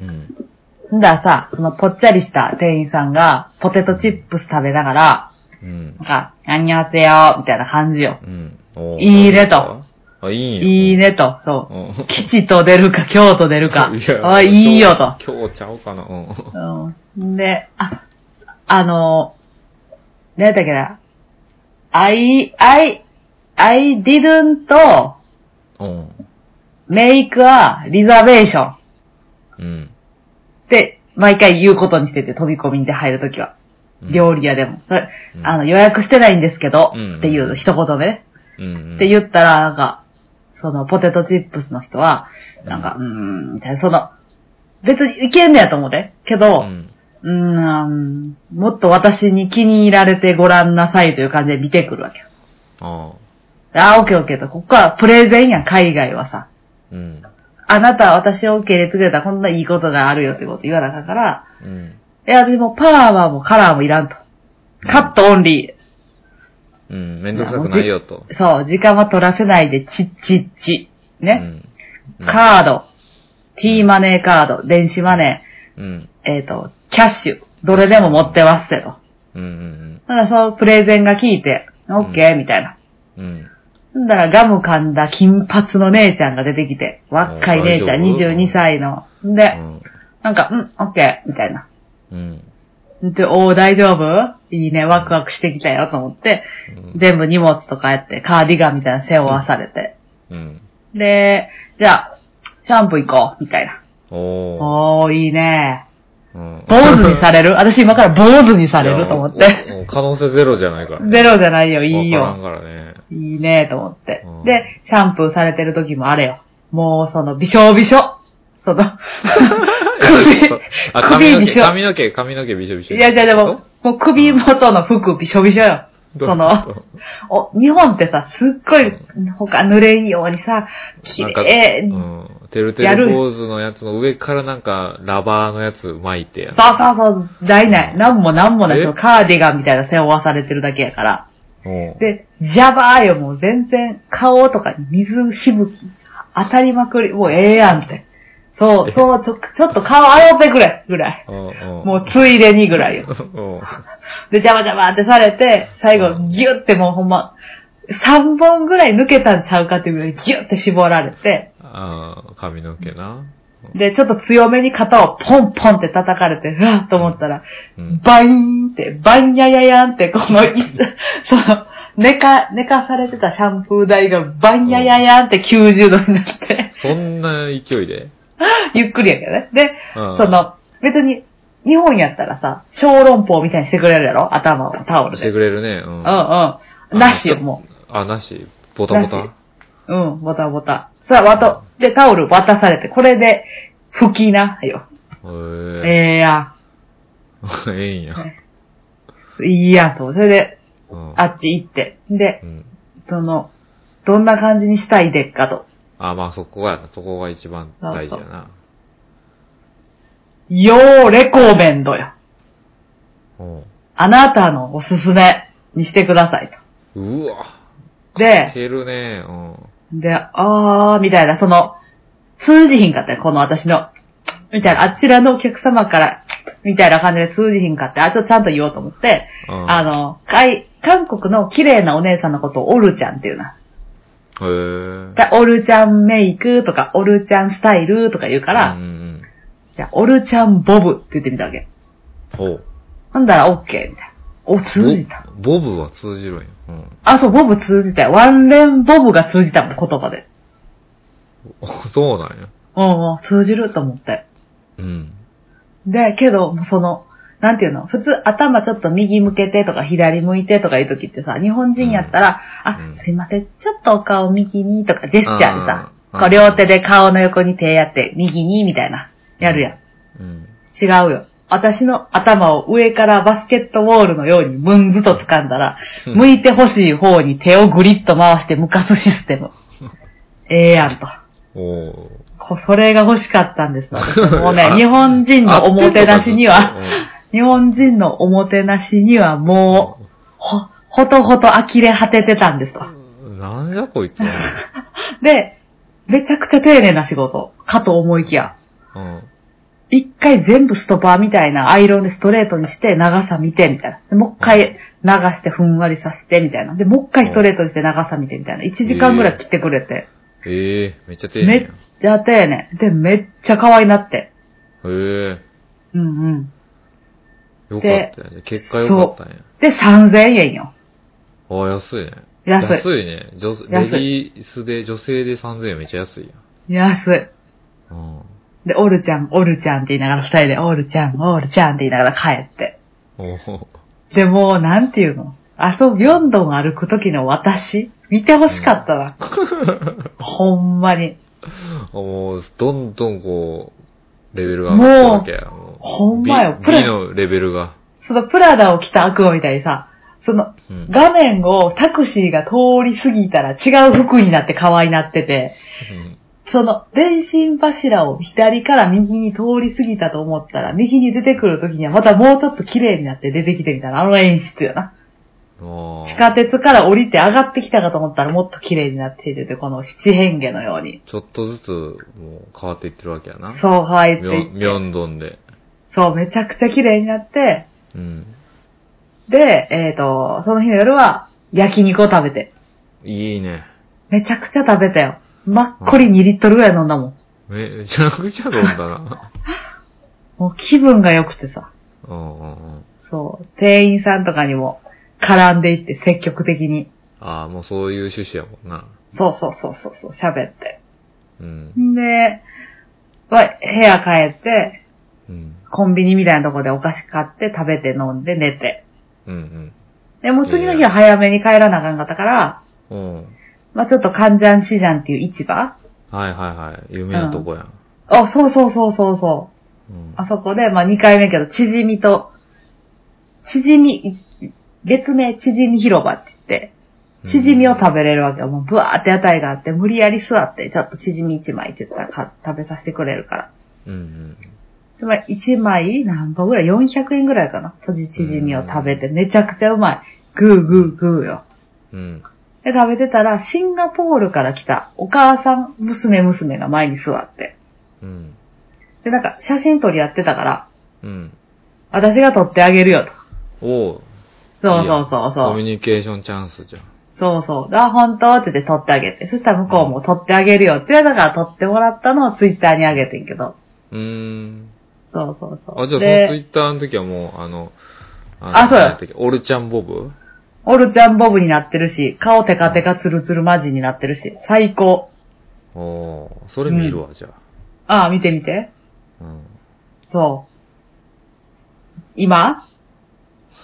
Speaker 1: うん。
Speaker 2: んだらさ、そのぽっちゃりした店員さんがポテトチップス食べながら、
Speaker 1: うん
Speaker 2: なん。か、あんにゃせよ、みたいな感じよ。
Speaker 1: うん。おー
Speaker 2: いいねと。
Speaker 1: あ、いいよ。
Speaker 2: いいねと、そうう。
Speaker 1: ん。
Speaker 2: 吉と出るか、京と出るか。あ、いいよと。。
Speaker 1: 今日ちゃうかな。うん。
Speaker 2: うん。で、あ、あの、何だっけな。I, I, I didn't
Speaker 1: うん。
Speaker 2: make a reservation っ
Speaker 1: うん。
Speaker 2: て、毎回言うことにしてて、飛び込みで入るときは。料
Speaker 1: 理。
Speaker 2: 理屋でも。それ
Speaker 1: うん
Speaker 2: あの、予約してないんですけど、
Speaker 1: うん
Speaker 2: っていう一言でね。
Speaker 1: うん。
Speaker 2: って
Speaker 1: う
Speaker 2: 言ったら、なんか、その、ポテトチップスの人は、なんか、うーん、みたいな、その、別にいけんねやと思うで。けど、
Speaker 1: ん。
Speaker 2: うーん、もっと私に気に入られてごらんなさいという感じで見てくるわけよ。
Speaker 1: ああ。
Speaker 2: あー、オッケーオッケーと。ここはプレゼンやん、海外はさ。
Speaker 1: うん。
Speaker 2: あなたは私を受け入れてくれたらこんないいことがあるよってこと言わなあかんから、
Speaker 1: うん。
Speaker 2: いや、でもパワーもカラーもいらんと。カットオンリー。
Speaker 1: うん。めんどくさくないよと。
Speaker 2: そう、時間は取らせないで、チッチッチ。ね。
Speaker 1: うん。うん。
Speaker 2: カード、T マネーカード、電子マネ
Speaker 1: うん。
Speaker 2: ー、えっ、と、キャッシュ、どれでも持ってますけど。
Speaker 1: うん。うん。
Speaker 2: ただそう、プレゼンが効いて、オッケーみたいな。
Speaker 1: うん。
Speaker 2: んだらガム噛んだ金髪の姉ちゃんが出てきて、若い姉ちゃん
Speaker 1: 大丈夫
Speaker 2: 22歳の。
Speaker 1: う
Speaker 2: で、
Speaker 1: ん。
Speaker 2: なんか、うん、オッケーみたいな。
Speaker 1: うん。
Speaker 2: で、おー、大丈夫いいね、ワクワクしてきたよと思って、全部荷物とかやって、カーディガンみたいなの背負わされて。
Speaker 1: うん。
Speaker 2: で、じゃあ、シャンプー行こう、みたいな。
Speaker 1: おおー。
Speaker 2: おー、いいね。
Speaker 1: うん
Speaker 2: 坊主にされ る私今から坊主にされると思っ。
Speaker 1: い
Speaker 2: て。
Speaker 1: やもう可能性ゼロじゃないから。
Speaker 2: ゼロじゃないよ、いい
Speaker 1: わ
Speaker 2: よ。
Speaker 1: からんからね。
Speaker 2: いいね、と思って
Speaker 1: うん。
Speaker 2: で、シャンプーされてる時もあれよ。もう、その、びしょびしょ。その、首、
Speaker 1: あ、髪の
Speaker 2: 首び
Speaker 1: 毛、
Speaker 2: しょ
Speaker 1: 髪の毛、髪の毛びしょびしょ。
Speaker 2: いや、じゃでも、もう首元の服びしょびしょよ。
Speaker 1: どう
Speaker 2: その
Speaker 1: どう
Speaker 2: お、日本ってさ、すっごい、他濡れんようにさ、綺
Speaker 1: なんか
Speaker 2: 麗
Speaker 1: う
Speaker 2: に。
Speaker 1: ん。てるて
Speaker 2: や
Speaker 1: る
Speaker 2: る
Speaker 1: 坊主のやつの上からなんか、ラバーのやつ巻いてやる。
Speaker 2: そうそうそう、ないない。なんもなんもない。
Speaker 1: え
Speaker 2: そのカーディガンみたいな背負わされてるだけやから。
Speaker 1: うん
Speaker 2: で、ジャバーよ、もう全然顔とかに水しぶき当たりまくり、もうええやんって。そう、そう、ちょ、ちょっと顔洗ってくれ、ぐらい。
Speaker 1: うんうん。
Speaker 2: もうついでにぐらいよ。
Speaker 1: うん、
Speaker 2: で、ジャバジャバってされて、最後、ギュってもうほんま、3本ぐらい抜けたんちゃうかっていうぐらいギュって絞られて、
Speaker 1: あー髪の毛な。
Speaker 2: で、ちょっと強めに肩をポンポンって叩かれて、うわっと思ったら、
Speaker 1: うん。
Speaker 2: バイーンって、バンヤヤヤンって、この、いその、寝か、寝かされてたシャンプー台がバンヤヤヤンって90度になって、
Speaker 1: そんな勢いで。
Speaker 2: ゆっくりやけどね。で、
Speaker 1: そ
Speaker 2: そ、の、別に、日本やったらさ、小籠包みたいにしてくれるやろ頭をタオル
Speaker 1: して
Speaker 2: で。
Speaker 1: くれるね。うん。
Speaker 2: うんうん。なしよ、もう。
Speaker 1: あ、なし。ボタボ
Speaker 2: なし
Speaker 1: タ。
Speaker 2: うん、ボタボタ。さあ、わと、で、タオル渡されて、これで、拭きな、よ。
Speaker 1: へえ。
Speaker 2: ええや、
Speaker 1: ええんや。
Speaker 2: いいや、と。それで、
Speaker 1: うん
Speaker 2: あっち行って。で、
Speaker 1: うん。
Speaker 2: その、どんな感じにしたいでっかと。
Speaker 1: あ、まあそこがやな。そこが一番大事やな。
Speaker 2: よーレコメンドよ。
Speaker 1: うん
Speaker 2: あなたのおすすめにしてくださいと。
Speaker 1: うわ。
Speaker 2: で
Speaker 1: いけるね。うん。
Speaker 2: で、あー、みたいな、その、通じひんかったよ、この私の。みたいな、あちらのお客様から、みたいな感じで通じひんかって、あ、ちょっとちゃんと言おうと思って、
Speaker 1: うん
Speaker 2: あの、かい、韓国の綺麗なお姉さんのことをオルちゃんっていうな。
Speaker 1: へえ。
Speaker 2: だオルちゃんメイクとか、オルちゃんスタイルとか言うか
Speaker 1: う
Speaker 2: ら、
Speaker 1: んうん
Speaker 2: じゃあオルちゃんボブって言ってみたわけ。
Speaker 1: うん。ほう。
Speaker 2: ほんだらオッケーみたいな。お、通じた。
Speaker 1: ボボブは通じるんや。うん。
Speaker 2: あ、そう、ボブ通じたよ。ワンレンボブが通じたもん、言葉で。
Speaker 1: そうなんや。
Speaker 2: うんうん、通じると思って。
Speaker 1: うん。
Speaker 2: で、けど、もうその、なんていうの普通頭ちょっと右向けてとか左向いてとかいう時ってさ、日本人やったら、
Speaker 1: うん
Speaker 2: あ、すいません、ちょっとお顔右にとかジェスチャーでさ、
Speaker 1: あー
Speaker 2: こう両手で顔の横に手やって右にみたいな、やるや
Speaker 1: う
Speaker 2: ん。
Speaker 1: ん。
Speaker 2: 違うよ。私の頭を上からバスケットボールのようにムンズと掴んだら、
Speaker 1: うん
Speaker 2: 向いてほしい方に手をグリッと回して向かすシステ ム。ええやんと。
Speaker 1: おー。
Speaker 2: こそれが欲しかったんです。 私もうね、
Speaker 1: あ
Speaker 2: 日本人のおもてなしには、
Speaker 1: あ
Speaker 2: 日本人のおもてなしにはもう、ほ、ほとほと呆れ果ててたんですわ。
Speaker 1: うんなんじゃこいつは。
Speaker 2: で、めちゃくちゃ丁寧な仕事かと思いきや、
Speaker 1: うん。
Speaker 2: 一回全部ストパーみたいなアイロンでストレートにして長さ見てみたいな。でもう一回流してふんわりさしてみたいな。で、もう一回ストレートにして長さ見てみたいな。1時間ぐらい切ってくれて。
Speaker 1: ええめっちゃ丁寧やん。へ
Speaker 2: じゃあ丁寧。で、めっちゃ可愛いなって。
Speaker 1: え
Speaker 2: うんうん。
Speaker 1: よかったやね。結果よかったんや。
Speaker 2: で、3000円よ。
Speaker 1: ああ、安いね。
Speaker 2: 安い。
Speaker 1: 安いね。女レディースで、女性で3000円めっちゃ安い
Speaker 2: 安い。
Speaker 1: やん。
Speaker 2: で、オルちゃん、オルちゃんって言いながら二人で、オルちゃん、オルちゃんって言いながら帰って。
Speaker 1: うん。おー
Speaker 2: で、もう、なんていうのあそ、ビョンドン歩く時の私見てほしかったな。ほんまに。
Speaker 1: もう、どんどんこう、レベルが上がってるわけや。もう
Speaker 2: ほんまよ
Speaker 1: B,
Speaker 2: プラ
Speaker 1: B のレベルが。
Speaker 2: そのプラダを着た悪魔みたいにさ、その、
Speaker 1: うん。
Speaker 2: 画面をタクシーが通り過ぎたら違う服になって可愛いなってて、
Speaker 1: うん
Speaker 2: その、電信柱を左から右に通り過ぎたと思ったら、右に出てくる時にはまたもうちょっと綺麗になって出てきてみたいな、あの演出よな。
Speaker 1: あー
Speaker 2: 地下鉄から降りて上がってきたかと思ったらもっと綺麗になっていてて、この七変化のように。
Speaker 1: ちょっとずつ、もう変わっていってるわけやな。
Speaker 2: そう入っ
Speaker 1: ミ
Speaker 2: てい
Speaker 1: ョ
Speaker 2: っ
Speaker 1: ン
Speaker 2: て
Speaker 1: ミョンドンで。
Speaker 2: そう、めちゃくちゃ綺麗になって、
Speaker 1: うん。
Speaker 2: で、えっ、と、その日の夜は焼肉を食べて。
Speaker 1: いいね。
Speaker 2: めちゃくちゃ食べたよ。まっこり2リットルぐらい飲んだもん。
Speaker 1: めちゃくちゃ飲んだ な。
Speaker 2: もう気分が良くてさ。
Speaker 1: うんうんうん。
Speaker 2: そう、店員さんとかにも絡んでいって積極的に。
Speaker 1: ああ、もうそういう趣旨やもんな。
Speaker 2: そうそうそうそうそう、喋って。
Speaker 1: うん。
Speaker 2: んで、は部屋帰って、
Speaker 1: うん。
Speaker 2: コンビニみたいなとこでお菓子買って食べて飲んで寝て。
Speaker 1: うん
Speaker 2: で、もう次の日は早めに帰らなあかんかったから、
Speaker 1: うん。うん。
Speaker 2: まあちょっとカンジャンシジャンっていう市場
Speaker 1: はいはいはい。有名なとこやん。
Speaker 2: あ、そうそうそうそうそう。
Speaker 1: うん。
Speaker 2: あそこで、まあ、2回目やけど、縮みと、縮み、別名縮み広場って言って、縮みを食べれるわけよ。もうブワーって屋台があって、無理やり座って、ちょっと縮み1枚って言ったらか食べさせてくれるから。
Speaker 1: べうん
Speaker 2: でまあ、1枚、何本ぐらい ?400 円ぐらいかな。とじ縮みを食べて、めちゃくちゃうまい。グーグーグーよ。
Speaker 1: うん。うん。
Speaker 2: で、食べてたら、シンガポールから来たお母さん、娘娘が前に座って。
Speaker 1: うん。
Speaker 2: で、なんか、写真撮りやってたから、
Speaker 1: うん。
Speaker 2: 私が撮ってあげるよと。
Speaker 1: おう
Speaker 2: そうそうそうそう。
Speaker 1: コミュニケーションチャンスじゃん。
Speaker 2: そうそう。あ、本当って言って撮ってあげて。そしたら向こうも撮ってあげるよって言われたから撮ってもらったのをツイッターにあげてんけど。
Speaker 1: うーん。
Speaker 2: そうそうそう。
Speaker 1: あ、じゃあそのツイ
Speaker 2: で、
Speaker 1: ッターの時はもう、あの、
Speaker 2: あそう
Speaker 1: 何
Speaker 2: や
Speaker 1: やったっけオルちゃんボブ
Speaker 2: オルちゃんボブになってるし、顔テカテカツルツルマジになってるし、最高。
Speaker 1: おー、それ見るわ、じゃ
Speaker 2: ああ、見てみて。
Speaker 1: あ。うん。
Speaker 2: そう。今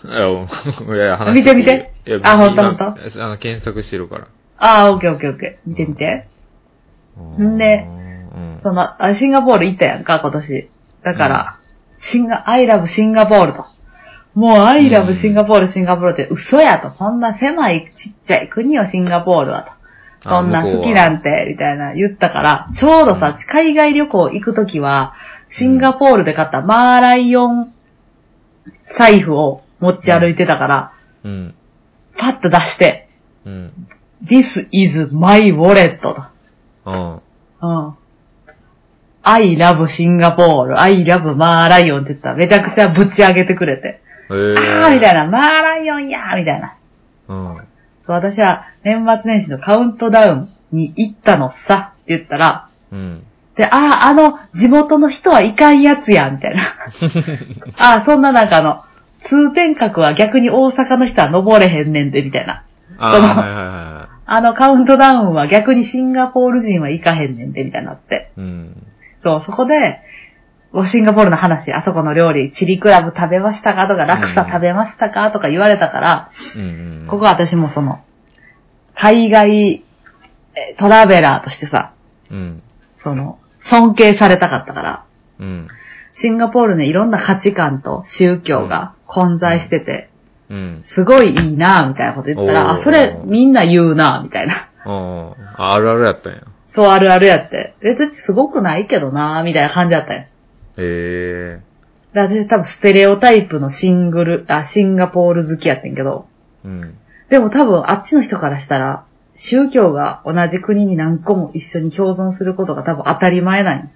Speaker 1: いやもういや、話
Speaker 2: 見て見て。
Speaker 1: いや
Speaker 2: あほんと
Speaker 1: 今
Speaker 2: ほんと
Speaker 1: あの、検索してるから。
Speaker 2: ああ、オッケーオッケーオッケー。見てみて。んで
Speaker 1: うん
Speaker 2: その、あシンガポール行ったやんか、今年。だから、シンガ、I love シンガポールと。もう I
Speaker 1: うん
Speaker 2: love シンガポール、シンガポールって嘘やと。そんな狭いちっちゃい国よ、シンガポールはと。そんな好きなんて、みたいな言ったから、ちょうどさ、海外旅行行くときは、シンガポールで買ったマーライオン財布を持ち歩いてたから、
Speaker 1: うん。
Speaker 2: パッと出して、
Speaker 1: うん。
Speaker 2: This is my wallet と。
Speaker 1: うん。
Speaker 2: うん。I love シンガポール、I love マーライオンって言ったらめちゃくちゃぶち上げてくれて。
Speaker 1: えー。
Speaker 2: あーみたいな、マーライオンやーみたいな。
Speaker 1: うん。うん。
Speaker 2: そう私は年末年始のカウントダウンに行ったのさって言ったら、
Speaker 1: うん。
Speaker 2: で、ああ、あの、地元の人はいかんやつや、みたいな。ああ、そんななんかあの、通天閣は逆に大阪の人は登れへんねんで、みたいな。
Speaker 1: あ
Speaker 2: その
Speaker 1: ー、はいはいはいは
Speaker 2: あのカウントダウンは逆にシンガポール人は行かへんねんで、みたいになって。
Speaker 1: い。うん。
Speaker 2: そう、そこで、おシンガポールの話、あそこの料理、チリクラブ食べましたかとか、ラクサ食べましたかとか言われたから、
Speaker 1: うん。うん
Speaker 2: ここは私もその、海外えートラベラーとしてさ、
Speaker 1: うん。
Speaker 2: その、尊敬されたかったから、
Speaker 1: うん。
Speaker 2: シンガポールね、いろんな価値観と宗教が混在してて、
Speaker 1: うん。
Speaker 2: すごいいいなぁ、みたいなこと言ったら、
Speaker 1: おー
Speaker 2: あ、それみんな言うなぁ、みたいな。
Speaker 1: ああ、あるあるやったんや。
Speaker 2: そうあるあるやって。別にすごくないけどなぁ、みたいな感じだったよ。
Speaker 1: え
Speaker 2: だって多分ステレオタイプのシングル、あ、シンガポール好きやってんけど。
Speaker 1: えー。うん。
Speaker 2: でも多分あっちの人からしたら、宗教が同じ国に何個も一緒に共存することが多分当たり前なんよ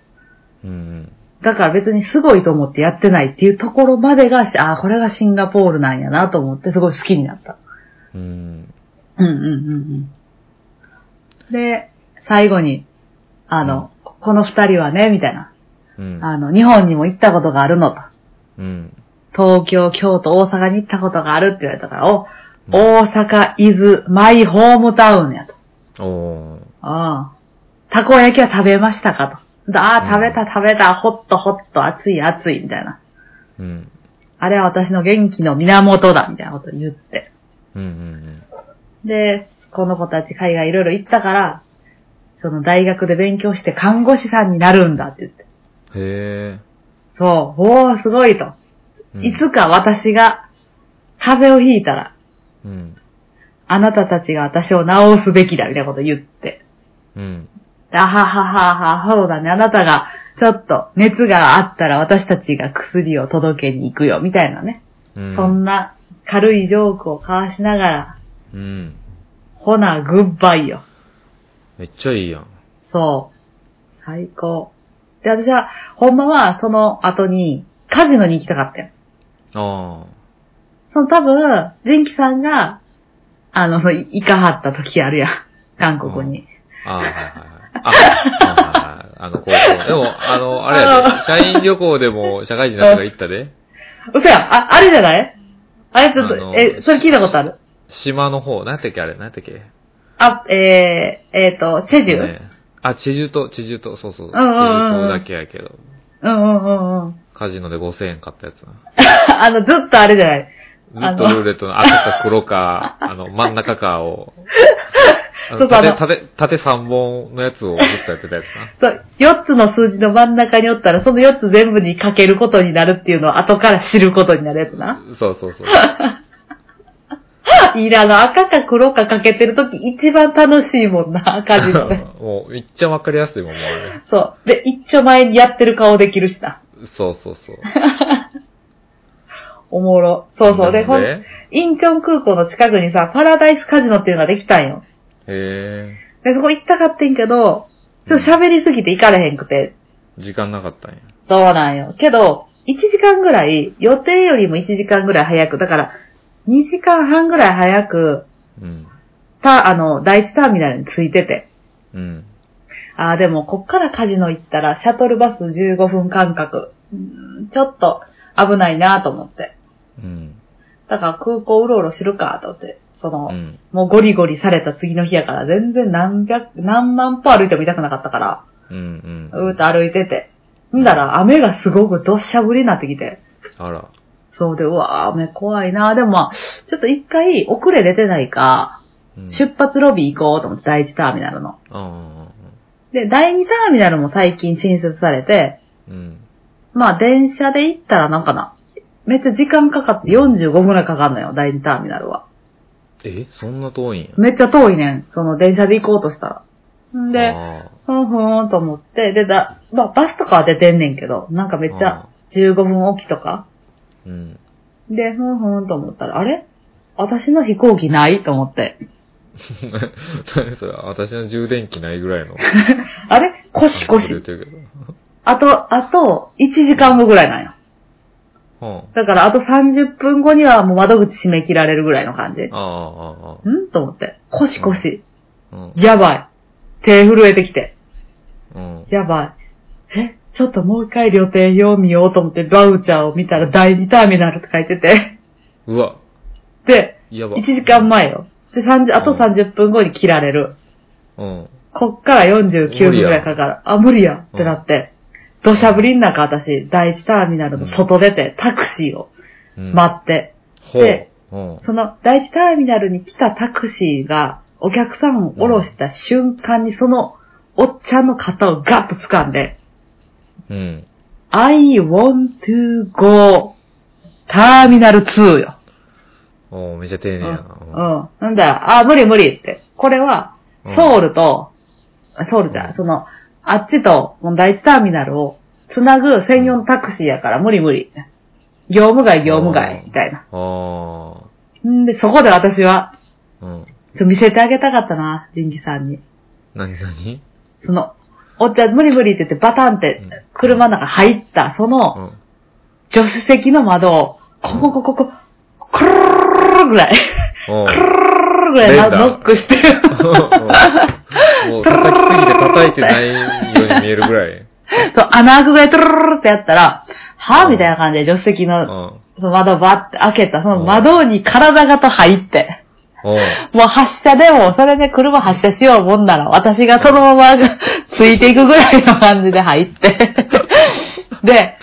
Speaker 1: うん。
Speaker 2: だから別にすごいと思ってやってないっていうところまでがし、ああ、これがシンガポールなんやなと思ってすごい好きになった。
Speaker 1: うん。
Speaker 2: うんうんうんうん。で、最後に、あの、この二人はね、みたいな。
Speaker 1: うん。
Speaker 2: あの、日本にも行ったことがあるのと。
Speaker 1: うん。
Speaker 2: 東京、京都、大阪に行ったことがあるって言われたから、
Speaker 1: う
Speaker 2: お、
Speaker 1: ん
Speaker 2: 大阪 is my hometown やと。
Speaker 1: おー。
Speaker 2: ああ。たこ焼きは食べましたかと。でああ、食べた食べた、ホットホット、熱い熱い、みたいな。
Speaker 1: うん。
Speaker 2: あれは私の元気の源だ、みたいなこと言って。
Speaker 1: うんうん
Speaker 2: で、この子たち海外いろいろ行ったから、その大学で勉強して看護師さんになるんだって言って。
Speaker 1: うん。へえ。
Speaker 2: そう、おーすごいと。
Speaker 1: うん
Speaker 2: いつか私が風邪をひいたら、
Speaker 1: うん。
Speaker 2: あなたたちが私を治すべきだみたいなこと言って。
Speaker 1: うん。
Speaker 2: あはははは、そうだね、あなたがちょっと熱があったら私たちが薬を届けに行くよ、みたいなね。
Speaker 1: うん。
Speaker 2: そんな軽いジョークを交わしながら、
Speaker 1: うん。
Speaker 2: ほな、グッバイよ。
Speaker 1: めっちゃいいやん。
Speaker 2: そう。最高。で、私は、ほんまは、その後に、カジノに行きたかったよ。
Speaker 1: ああ。
Speaker 2: その多分、純喜さんが、あの、そうい行かはった時あるやん。韓国に。
Speaker 1: ああ、はいはいはい。あ、はいはいはい。あの、高校。でも、あの、あれやで、社員旅行でも社会人の人が行ったで、
Speaker 2: 嘘やんあ、あれじゃないあれちょっと、
Speaker 1: あの
Speaker 2: え、それ聞いたことある
Speaker 1: 島の方、なんやったっけあれ、なんやったっけ
Speaker 2: あ、えー、えっ、と、チェジュ、
Speaker 1: ねあ、チェジュ島、チェジュ島、そうそう。チェ
Speaker 2: うんうんうん
Speaker 1: ジュ島だけやけど。
Speaker 2: うんうんうんうん。
Speaker 1: カジノで5000円買ったやつな。
Speaker 2: あの、ずっとあれじゃない。
Speaker 1: ずっとルーレットの赤か黒 か、あの、真ん中かを、あ
Speaker 2: そ
Speaker 1: の
Speaker 2: うそうあの
Speaker 1: 縦、縦、縦3本のやつをずっとやってたやつな。
Speaker 2: そう、4つの数字の真ん中におったら、その4つ全部にかけることになるっていうのを後から知ることになるやつ な。
Speaker 1: そうそうそう。
Speaker 2: いいな、あの、赤か黒かかけてるとき一番楽しいもんな、 赤字のね。
Speaker 1: もう、めっちゃわかりやすいもん、もうあれ。
Speaker 2: そう。で、一丁前にやってる顔できるしな。
Speaker 1: そうそうそう。
Speaker 2: おもろ。そうそう。で、
Speaker 1: な
Speaker 2: ほ
Speaker 1: ん
Speaker 2: ん、
Speaker 1: で
Speaker 2: インチョン空港の近くにさ、パラダイスカジノっていうのができたんよ。
Speaker 1: へ
Speaker 2: で、そこ行きたかってんけど、ちょっと喋りすぎて行かれへんくて、
Speaker 1: え、時間なかったんや。
Speaker 2: そうなんよ。けど、1時間ぐらい、予定よりも1時間ぐらい早く、だから、2時間半ぐらい早く、
Speaker 1: うん。
Speaker 2: た、あの、第一ターミナルに着いてて。
Speaker 1: うん。
Speaker 2: ああ、でも、こっからカジノ行ったら、シャトルバス15分間隔。うーんちょっと、危ないなと思って。
Speaker 1: うん。
Speaker 2: だから、空港うろうろするか、と思って。その、
Speaker 1: うん。
Speaker 2: もうゴリゴリされた次の日やから、全然何百、何万歩歩いても痛くなかったから、
Speaker 1: うん。
Speaker 2: うーっと歩いてて。んだら、雨がすごくどっしゃ降りになってきて。
Speaker 1: あら。
Speaker 2: そうで、うわぁ、雨怖いなぁ。でもまあ、ちょっと一回遅れ出てないか、
Speaker 1: うん
Speaker 2: 出発ロビー行こうと思って、第一ターミナルの。
Speaker 1: あ
Speaker 2: で、第二ターミナルも最近新設されて、
Speaker 1: あ。うん。
Speaker 2: まあ電車で行ったらなんかな、めっちゃ時間かかって45分くらいかかんのよ、第二ターミナルは。
Speaker 1: え、そんな遠いんや。
Speaker 2: めっちゃ遠いねん、その電車で行こうとしたら。んで、
Speaker 1: あ
Speaker 2: ふんふんと思って、で、だ、まあバスとかは出てんねんけど、なんかめ
Speaker 1: ー
Speaker 2: っちゃ。15分おきとか。
Speaker 1: あーうん。
Speaker 2: で、ふんふんと思ったら、あれ私の飛行機ないと思って。
Speaker 1: 何それ、私の充電器ないぐらい の。
Speaker 2: あれコシコ
Speaker 1: 出
Speaker 2: シ。
Speaker 1: てるけど。
Speaker 2: あと、あと、1時間後ぐらいなんよ。
Speaker 1: は
Speaker 2: だから、あと30分後にはもう窓口締め切られるぐらいの感じ。ん
Speaker 1: あ。ああ、あ
Speaker 2: と思って。コシコシ。
Speaker 1: あ、ああ。
Speaker 2: やばい。手震えてきて。
Speaker 1: うん。うん。
Speaker 2: やばい。えちょっともう一回予定表見ようと思って、バウチャーを見たら第2ターミナルって書いて て。
Speaker 1: うわ、
Speaker 2: で、
Speaker 1: やば。
Speaker 2: 1時間。前よ。で、30、あと30分後に切られる。
Speaker 1: うん。
Speaker 2: こっから49分ぐらいかかる。あ、無理やってなって。土砂降りん中私、第一ターミナルの外出て、タクシーを
Speaker 1: うん
Speaker 2: 待って、
Speaker 1: ほ
Speaker 2: で
Speaker 1: う。うん。
Speaker 2: その第一ターミナルに来たタクシーが、お客さんを降ろした瞬間にそのおっちゃんの肩をガッと掴んで、
Speaker 1: うん。
Speaker 2: I want to go ターミナル2よ。
Speaker 1: おーめっちゃ丁寧や
Speaker 2: う
Speaker 1: な。
Speaker 2: ん。なんだよ、あ、無理無理って。これは、
Speaker 1: うん
Speaker 2: ソウルと、ソウルじゃん、
Speaker 1: うん
Speaker 2: その、あっちと、この第一ターミナルを、つなぐ専用のタクシーやから無理無理。業務外業務外、
Speaker 1: うん
Speaker 2: みたいな。
Speaker 1: あ
Speaker 2: んで、そこで私は、
Speaker 1: あ。うん。
Speaker 2: ちょ、見せてあげたかったな、仁義さんに。
Speaker 1: なになに
Speaker 2: その、おっちゃん無理無理って言ってバタンって
Speaker 1: うん
Speaker 2: 車の中入った、その
Speaker 1: うん。
Speaker 2: 助手席の窓を、こここここ、コロロロロぐらい、
Speaker 1: おう
Speaker 2: コロロロぐらいな
Speaker 1: レーダー
Speaker 2: ノックして、
Speaker 1: もう叩きすぎて叩いてないように見えるぐ らい。
Speaker 2: そう、穴開くぐらいトゥルルルルってやったら、はぁみたいな感じで助手席
Speaker 1: う
Speaker 2: の
Speaker 1: ん。
Speaker 2: その窓をバッて開けた、その
Speaker 1: うん
Speaker 2: 窓に体ごと入って、
Speaker 1: おう
Speaker 2: もう発車でも、それで車発車しようもんなら、私がそのままついていくぐらいの感じで入って、 で、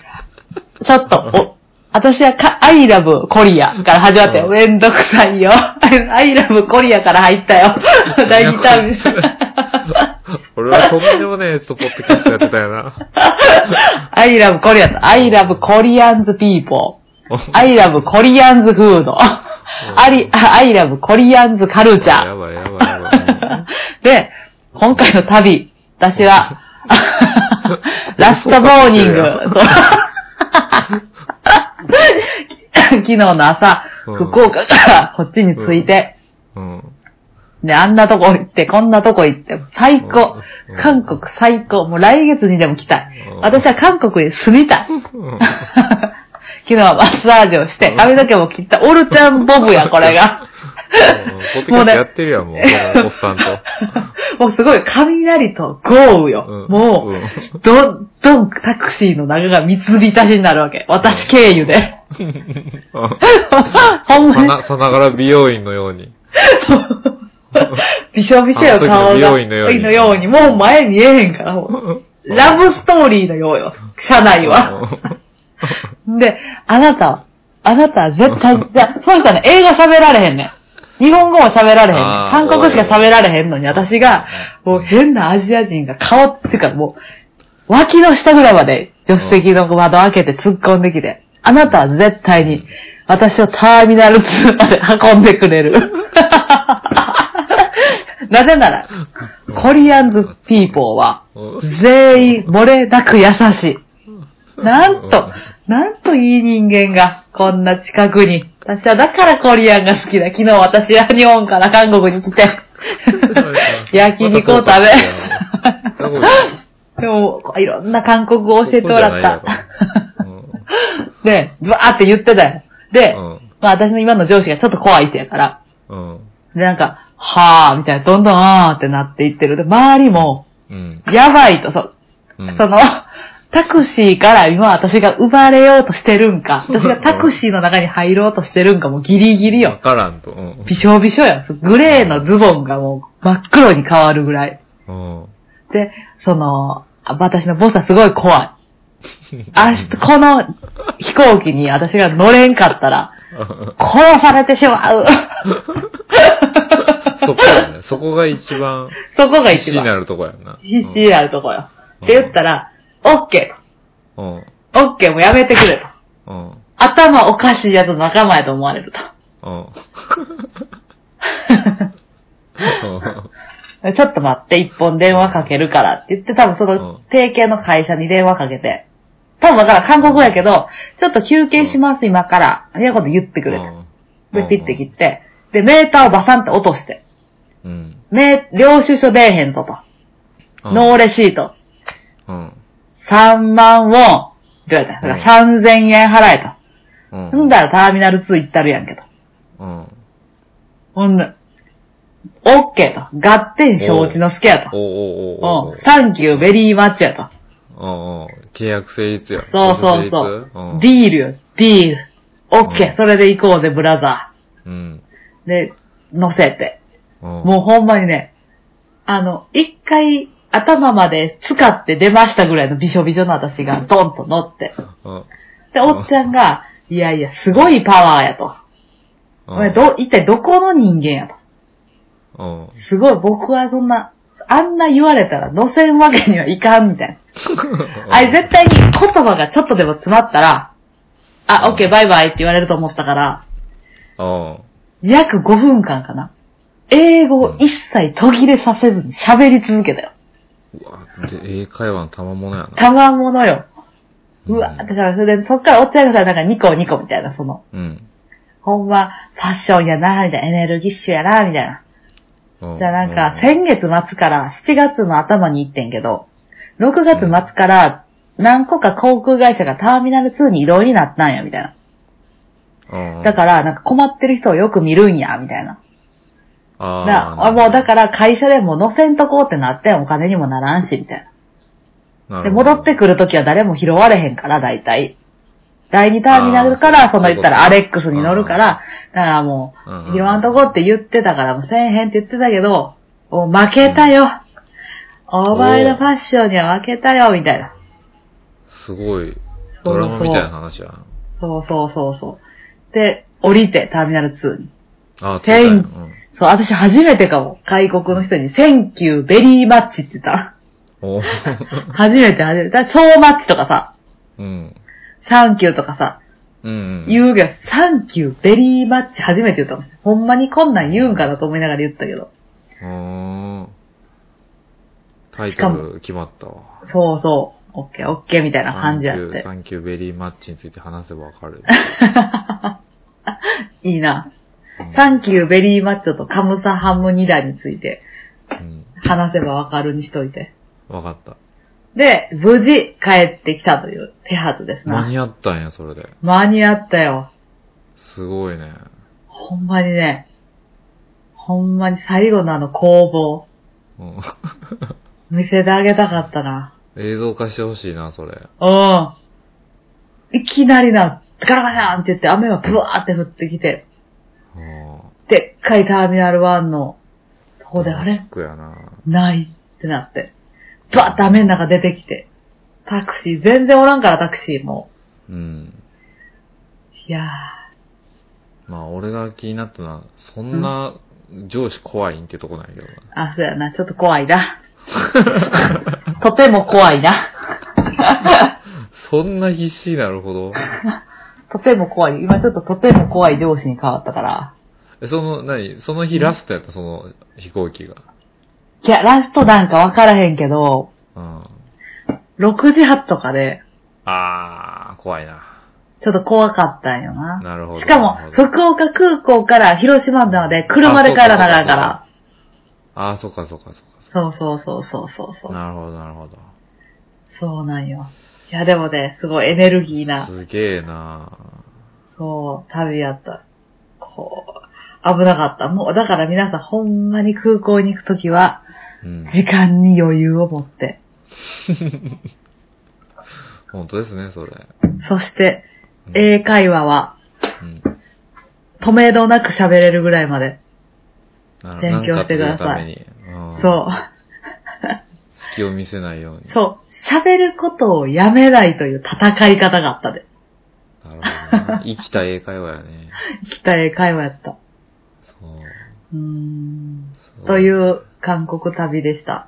Speaker 2: ちょっと、お、私はか、I love Korea から始まって、
Speaker 1: うん
Speaker 2: めんどくさいよ。I love Korea から入った よ。第2ターミナル。
Speaker 1: 俺はとんでもねえやつとポッドキャストやってたよな。
Speaker 2: I love Korea と I love Koreans people。I love Koreans food. あり、I love Koreans
Speaker 1: や
Speaker 2: culture.
Speaker 1: ばいやばいやば
Speaker 2: で、今回の旅、私は、 ラストモーニング。昨日の朝、
Speaker 1: うん
Speaker 2: 福岡からこっちに着いて、
Speaker 1: い。うん。
Speaker 2: で、あんなとこ行って、こんなとこ行って、最高
Speaker 1: うん。
Speaker 2: 韓国最高。もう来月にでも来たい
Speaker 1: うん。
Speaker 2: 私は韓国に住みたい。
Speaker 1: うん
Speaker 2: 昨日はマッサージをして、髪の毛も切った。オルちゃんボブや、これ が。
Speaker 1: ポッドキャストやってるやん、もう、このおっさんと。
Speaker 2: もうすごい雷と豪雨よ。
Speaker 1: うん
Speaker 2: もう、
Speaker 1: う
Speaker 2: どんどんタクシーの中が三つ浸しになるわけ。私経由で。
Speaker 1: ん。
Speaker 2: ほん
Speaker 1: さ
Speaker 2: まに、
Speaker 1: な、さながら美容院のように。
Speaker 2: びしょびしょ
Speaker 1: あ
Speaker 2: よ、
Speaker 1: の時の
Speaker 2: 顔が。
Speaker 1: 美容院のように
Speaker 2: 美容院のようにもう前見えへんから、もう。ラブストーリーのようよ、車内は。で、あなたは、あなたは絶 対、じゃあそうしたら英語喋られへんねん。日本語も喋られへんねん
Speaker 1: あー。
Speaker 2: 韓国しか喋られへんのに、私が、もう
Speaker 1: へ
Speaker 2: 変なアジア人が顔っていうかもう、脇の下ぐらいまで助手席の窓開けて突っ込んできて、あなたは絶対に私をターミナル2まで運んでくれる。 なぜなら、コリアンズピーポーは全員漏れなく優しい。なんと、なんといい人間がこんな近くに。私はだからコリアンが好きだ。昨日私は日本から韓国に来て。焼肉を食べでも、いろんな韓国語を教えてもらった。
Speaker 1: た。
Speaker 2: で、ブワーって言ってたよ。で、
Speaker 1: うん
Speaker 2: まあ私の今の上司がちょっと怖いってやから、
Speaker 1: うん
Speaker 2: で、なんか、はぁーみたいな、どんどんあーってなっていってる。で、周りも、
Speaker 1: うん
Speaker 2: やばいと、そ
Speaker 1: うん
Speaker 2: その、タクシーから今私が奪われようとしてるんか、私がタクシーの中に入ろうとしてるんか、もうギリギリ
Speaker 1: わ
Speaker 2: よ。
Speaker 1: からんと。うん
Speaker 2: びしょびしょや。グレーのズボンがもう真っ黒に変わるぐらい。
Speaker 1: うん
Speaker 2: で、その、あ私のボスはすごい怖い。明日、この飛行機に私が乗れんかったら、殺されてしまう。
Speaker 1: そこやね。そこが一番
Speaker 2: そこが
Speaker 1: 必
Speaker 2: 一
Speaker 1: 死にな
Speaker 2: 番。
Speaker 1: るとこやんな。
Speaker 2: 必死になるとこよ。って言ったら、オッケ
Speaker 1: うん。うん
Speaker 2: ー。オッケーもうやめてくれと。
Speaker 1: うん。
Speaker 2: 頭おかしいやつの仲間やと思われると。
Speaker 1: うん。
Speaker 2: ちょっと待って、一本電話かけるからって言って、多分その
Speaker 1: うん、
Speaker 2: 提携の会社に電話かけて、多分だから韓国語やけど、ちょっと休憩します、今から。みたいなこと言ってくれて。で、ピッて切って、で、メーターをバサンって落として、
Speaker 1: うん。
Speaker 2: め、領収書出えへんぞと。
Speaker 1: うん
Speaker 2: ノーレシート。
Speaker 1: うん。
Speaker 2: 3万ウォン。って言われた。だから3000円払え
Speaker 1: うん
Speaker 2: と。んだらターミナル2行ったるやんけど。
Speaker 1: うん。
Speaker 2: ほんで、オッケーと。合点承知の助や
Speaker 1: お
Speaker 2: と。
Speaker 1: おおおお
Speaker 2: うん。サンキューベリーマッチやと。
Speaker 1: おお契約成立や。
Speaker 2: そうそうそう
Speaker 1: う。ん
Speaker 2: ディールよ、ディール。オッケ
Speaker 1: うん
Speaker 2: ー、それで行こうぜ、ブラザ
Speaker 1: うん。
Speaker 2: ー。で、乗せて。
Speaker 1: も
Speaker 2: もうほんまにね、あの、一回頭まで使って出ましたぐらいのびしょびしょの私がドンと乗って。
Speaker 1: うん。
Speaker 2: で、おっちゃんが、いやいや、すごいパワーやと。お前ど、一体どこの人間やと。
Speaker 1: うん。
Speaker 2: すごい、僕はそんな、あんな言われたら乗せんわけにはいかん、みたいな。あれ絶対に言葉がちょっとでも詰まったら、あ、オッケー、バイバイって言われると思ったから、
Speaker 1: うん。
Speaker 2: 約5分間かな。英語を一切途切れさせずに喋り続けたよ。
Speaker 1: うわ、で、英会話の賜物やな。
Speaker 2: たまものよ。
Speaker 1: うん
Speaker 2: うわ、だからそれで、そっからおっちゃんがさ、なんかニコニコみたいな、その、
Speaker 1: うん。
Speaker 2: ほんま、ファッションやな、みたいな、エネルギッシュやな、みたいな。
Speaker 1: う
Speaker 2: じゃあなんか、
Speaker 1: う
Speaker 2: 先月末から7月の頭に行ってんけど、6月末から何個か航空会社がターミナル2に移動になったんや、みたいな。
Speaker 1: うん
Speaker 2: だから、なんか困ってる人をよく見るんや、みたいな。
Speaker 1: あー
Speaker 2: だ
Speaker 1: なるほど
Speaker 2: もうだから会社でも乗せんとこうってなってお金にもならんし、みたいな。
Speaker 1: な
Speaker 2: で、
Speaker 1: るほど
Speaker 2: 戻ってくるときは誰も拾われへんから、大体。第2ターミナルから、
Speaker 1: あー
Speaker 2: その言ったら
Speaker 1: そ
Speaker 2: ア
Speaker 1: ういう
Speaker 2: レッ
Speaker 1: こと
Speaker 2: ク
Speaker 1: か
Speaker 2: スに乗るから、だからも
Speaker 1: うんうん
Speaker 2: う、拾わんとこって言ってたから、もうせえへんって言ってたけど、もう負けたよ。お前のファッションには負けたよ、みたいな。
Speaker 1: すごい、ドラマみたいな話やな。
Speaker 2: そうそうそうそう。で、降りて、ターミナル2に。
Speaker 1: あー、
Speaker 2: 店員
Speaker 1: ついたよ
Speaker 2: そう、私初めてかも。外国の人に、センキューベリーマッチって言った。
Speaker 1: うん。お
Speaker 2: 初めて初めて。だから、超マッチとかさ、
Speaker 1: うん。
Speaker 2: サンキューとかさ、
Speaker 1: うん。う。
Speaker 2: 言うけど、サンキュー、ベリーマッチ初めて言ったもんですよほんまにこんなん言うんかなと思いながら言ったけど。
Speaker 1: ん。タイ
Speaker 2: しか
Speaker 1: ト
Speaker 2: も
Speaker 1: ル決まったわ。
Speaker 2: そうそう。オッケーオッケーみたいな感じやって
Speaker 1: サ。ンキューベリーマッチについて話せばわかる。
Speaker 2: いいな。
Speaker 1: うん
Speaker 2: サンキュー、ベリーマッチョとカムサハムニダについて
Speaker 1: うん。
Speaker 2: 話せばわかるにしといて。
Speaker 1: わかった。
Speaker 2: で、無事帰ってきたという手はずです
Speaker 1: 間
Speaker 2: な。
Speaker 1: に合ったんや、それで。
Speaker 2: 間に合ったよ。
Speaker 1: すごいね。
Speaker 2: ほんまにね。ほんまに最後のあの工
Speaker 1: う
Speaker 2: 房、
Speaker 1: ん。
Speaker 2: 見せてあげたかったな。
Speaker 1: 映像化してほしいな、それ。
Speaker 2: うん。いきなりな、ガラガランって言って雨がブワーって降ってきて、
Speaker 1: うん
Speaker 2: でっかいターミナル1のここであれ
Speaker 1: ックやな
Speaker 2: ないってなって。バッて雨の中出てきて。タクシー、全然おらんからタクシーも。
Speaker 1: うん。
Speaker 2: いや
Speaker 1: まあ、俺が気になったのは、そんな上司怖いんってとこなんやけどな。
Speaker 2: ー、あ、そうやな、ちょっと怖い な。とても怖いな。
Speaker 1: そんな必死になるほ ど。
Speaker 2: とても怖い。今ちょっととても怖い上司に変わったから。
Speaker 1: えその、何その日ラストやった、その飛行機が。
Speaker 2: いや、ラストなんかわからへんけど、
Speaker 1: うん。
Speaker 2: 6時発とかで、
Speaker 1: あー、怖いな。
Speaker 2: ちょっと怖かったんよな。
Speaker 1: なるほど。
Speaker 2: しかも
Speaker 1: なる、ほど
Speaker 2: 福岡空港から広島まで車で帰らなあかんから。
Speaker 1: あー、そっかそっかそっか
Speaker 2: そうそうそうそうそうそ
Speaker 1: そうっか。。なるほど、なるほど。
Speaker 2: そうなんよ。いや、でもね、すごいエネルギーな、
Speaker 1: すげえな
Speaker 2: そう、旅やった。こう、危なかった。もう、だから皆さん、ほんまに空港に行くときは、
Speaker 1: うん。
Speaker 2: 時間に余裕を持って、
Speaker 1: 本当ですね、それ。
Speaker 2: そして、
Speaker 1: うん
Speaker 2: 英会話は、
Speaker 1: うん。
Speaker 2: 止めどなく喋れるぐらいまで。
Speaker 1: なる
Speaker 2: 勉強してください。
Speaker 1: なんかっていうために
Speaker 2: そ
Speaker 1: ん隙を見せないように。
Speaker 2: う。そう。喋ることをやめないという戦い方があったで。
Speaker 1: なるほどな。生きた英会話やね。
Speaker 2: 北英会話やった。
Speaker 1: そう
Speaker 2: うーん。
Speaker 1: そう。
Speaker 2: とい
Speaker 1: め
Speaker 2: う韓国旅でした。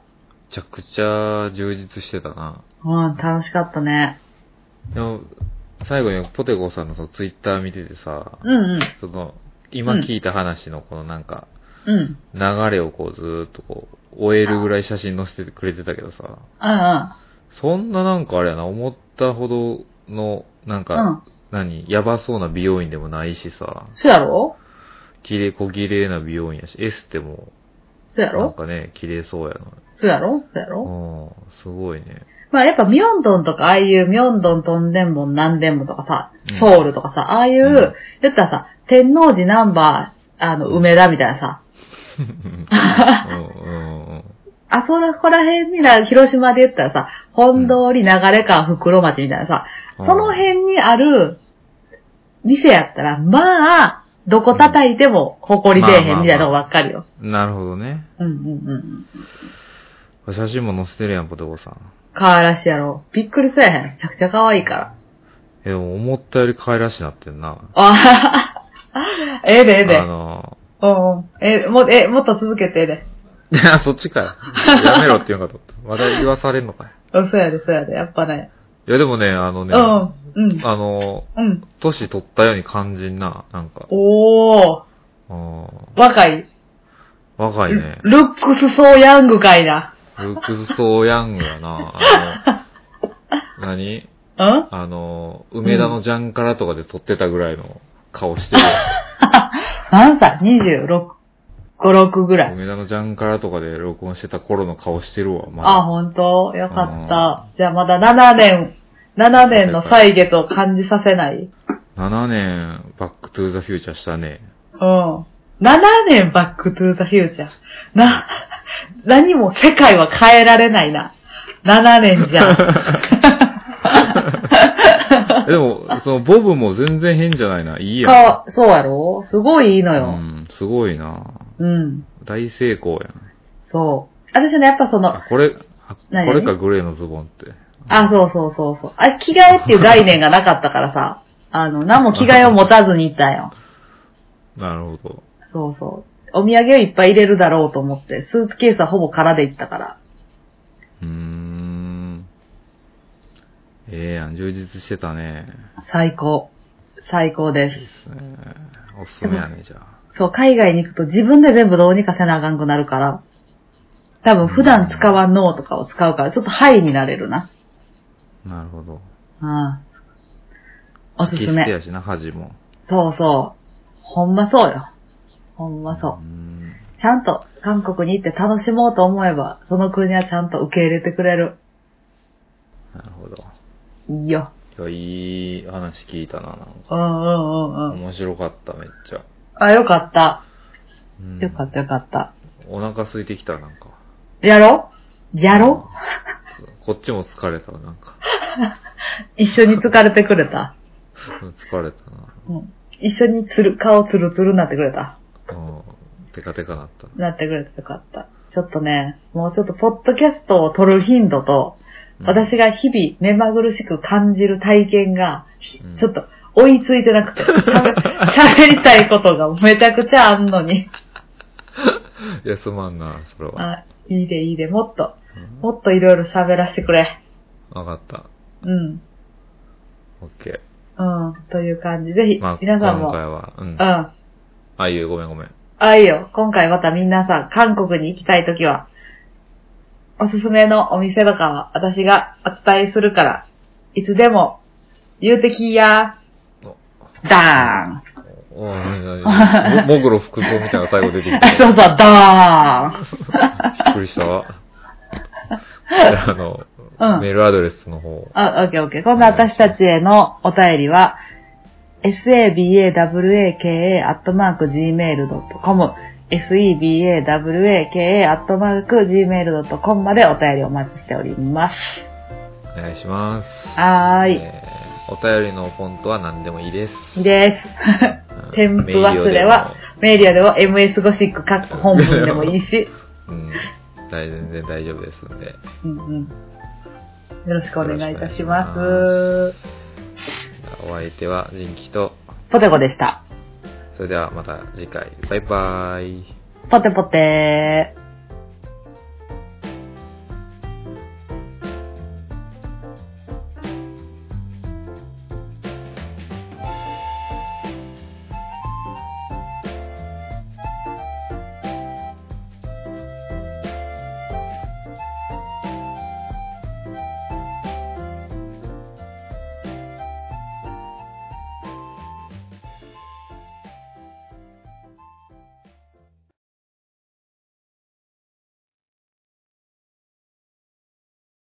Speaker 1: ちゃくちゃ充実してたな。
Speaker 2: うん、楽しかったね。
Speaker 1: でも、最後にポテゴさんのそのツイッター見ててさ、
Speaker 2: うんうん。
Speaker 1: その、今聞いた話のこのなんか、
Speaker 2: うん。うん
Speaker 1: 流れをこうずーっとこう、終えるぐらい写真載せてくれてたけどさ、
Speaker 2: うん。
Speaker 1: そんななんかあれやな、思ったほどの、なんか、
Speaker 2: うん。
Speaker 1: 何、やばそうな美容院でもないしさ、
Speaker 2: そうやろ
Speaker 1: 綺麗、小綺麗な美容院やし、エステも、
Speaker 2: そうや
Speaker 1: なん
Speaker 2: ろ
Speaker 1: かね、綺麗そうやな。
Speaker 2: そうやろそうや
Speaker 1: う
Speaker 2: ろ
Speaker 1: ん、すごいね。
Speaker 2: まあやっぱミョンドンとかああいうミョンドン、トンデンモン、ナンデンモンとかさ
Speaker 1: うん、
Speaker 2: ソウルとかさ、ああいう、
Speaker 1: うん
Speaker 2: 言ったらさ、天王寺ナンバー、あの、梅田みたいなさ、
Speaker 1: うん、うん、うん。
Speaker 2: あそこら辺にな、広島で言ったらさ、本通り流れ館袋町みたいなさ、 その辺にある店やったら、まあ、どこ叩いても誇り出えへんみたいなのばっかりよ。
Speaker 1: なるほどね。
Speaker 2: うんうんうん。
Speaker 1: 写真も載せてるやん、ポテコさん。
Speaker 2: 可愛らしいやろ。びっくりせえへん。めちゃくちゃ可愛いから。
Speaker 1: え、でも思ったより可愛らしいなってんな。
Speaker 2: ああ、 ええでええで
Speaker 1: あ。の
Speaker 2: うんうん。え、も、え、もっと続けてええで。
Speaker 1: ー、あ、そっちかよ。やめろって言うのかと思った。ま だ言わされんのかよ。
Speaker 2: うん、そうやで、そうやで。やっぱね。
Speaker 1: いや、でもね、あのね、
Speaker 2: うん、うん、
Speaker 1: あの
Speaker 2: うん。
Speaker 1: ー、歳取ったように感じんな、なんか。
Speaker 2: おー、
Speaker 1: うん
Speaker 2: 若い。
Speaker 1: 若いね。
Speaker 2: ルックスソーヤングかいな。
Speaker 1: ルックスソーヤングやな。あ の、何
Speaker 2: うん
Speaker 1: あの、梅田のジャンカラとかで撮ってたぐらいの顔 してる。
Speaker 2: 何歳 ?26、5、6ぐらい。
Speaker 1: 梅田のジャンカラとかで録音してた頃の顔してるわ、ま
Speaker 2: あ、
Speaker 1: だ。
Speaker 2: ほんとよかった。じゃあまだ7年、7年の歳月を感じさせない。
Speaker 1: 7年、バックトゥーザフューチャーしたね。
Speaker 2: うん。7年バックトゥーザフューチャー。な、何も世界は変えられないな。7年じゃ。
Speaker 1: えでも、そのボブも全然変じゃないな。いいやん。
Speaker 2: か、そうやろすごいいいの
Speaker 1: う
Speaker 2: よ。
Speaker 1: ん、すごいな。
Speaker 2: うん。
Speaker 1: 大成功やん。
Speaker 2: そう。私ね、やっぱその、
Speaker 1: あ、これ、あこ
Speaker 2: 何
Speaker 1: れかグレーのズボンって。
Speaker 2: あ、そうそうそうそう。あ、着替えっていう概念がなかったからさ、あの、何も着替えを持たずに行ったんよ。
Speaker 1: なるほど。
Speaker 2: そうそう。お土産をいっぱい入れるだろうと思って、スーツケースはほぼ空で行ったから。
Speaker 1: うーん。ええやん、充実してたね。
Speaker 2: 最高。最高です。
Speaker 1: ですね。おすすめやね、じゃあ。
Speaker 2: そう、海外に行くと自分で全部どうにかせなあかんくなるから、多分普段使わん脳とかを使うから、ちょっとハイになれるな。
Speaker 1: なるほど。
Speaker 2: うん。おすす
Speaker 1: 好き
Speaker 2: め。
Speaker 1: やしな、恥も。
Speaker 2: そうそう。ほんまそうよ。ほんまそう
Speaker 1: ーん。
Speaker 2: う。ちゃんと韓国に行って楽しもうと思えば、その国はちゃんと受け入れてくれる。
Speaker 1: なるほど。
Speaker 2: いいよ。
Speaker 1: 今日いい話聞いたな、なんか。
Speaker 2: うんうんうんうん。
Speaker 1: 面白かった、めっちゃ。
Speaker 2: あ、よかった。
Speaker 1: うん
Speaker 2: よかったよかった。
Speaker 1: お腹空いてきた、なんか。
Speaker 2: やろやろ
Speaker 1: こっちも疲れた、なんか。
Speaker 2: 一緒に疲れてくれた。
Speaker 1: うん疲れたな。
Speaker 2: うん。一緒につる、顔つるつるになってくれた。
Speaker 1: うんテカテカなった。
Speaker 2: なってくれてよかった。ちょっとね、もうちょっとポッドキャストを撮る頻度と、
Speaker 1: うん
Speaker 2: 私が日々目まぐるしく感じる体験が、ひ
Speaker 1: うん
Speaker 2: ちょっと追いついてなくて、喋喋りたいこ とがめちゃくちゃあんのに。
Speaker 1: いや、すまんな、それは。
Speaker 2: あ、いいでいいで、もっと、
Speaker 1: うん
Speaker 2: もっといろいろ喋らせてくれ。
Speaker 1: わかった。
Speaker 2: うん。
Speaker 1: オッケ
Speaker 2: うん。という感じ。ぜひ
Speaker 1: ー。まあ、、
Speaker 2: 皆さんも、
Speaker 1: 今回は、うん。
Speaker 2: う
Speaker 1: あ
Speaker 2: ん。
Speaker 1: あいう、ごめんごめん。
Speaker 2: あ、いいよ。今回また皆さん、韓国に行きたいときは、おすすめのお店とかは私がお伝えするから、いつでも言うてきや
Speaker 1: お。
Speaker 2: ダーン。
Speaker 1: お お何ももぐろ福蔵みたいな最後出てき
Speaker 2: あ
Speaker 1: て、
Speaker 2: そうそう、ダーン。
Speaker 1: びっくりしたわ。じゃああの、
Speaker 2: うん
Speaker 1: メールアドレスの方、
Speaker 2: あ、オッケーオッケー。今度私たちへのお便りは、sebawaka.gmail.com sebawaka.gmail.com までお便りお待ちしております。
Speaker 1: お願いします。
Speaker 2: はーい
Speaker 1: えーお便りのフォントは何でもいいです。
Speaker 2: いいです。
Speaker 1: うん
Speaker 2: 添付忘れは、メディアでは MS ゴシックかっこ本文でもいい
Speaker 1: メー
Speaker 2: し、
Speaker 1: ル用でもうん、大全然大丈夫ですんで。
Speaker 2: うんうん、よろしくお願いいたしま
Speaker 1: よろ
Speaker 2: す。
Speaker 1: お相手は人気と、
Speaker 2: ポテコでした。
Speaker 1: それではまた次回。バイバイ。
Speaker 2: ポテポテー。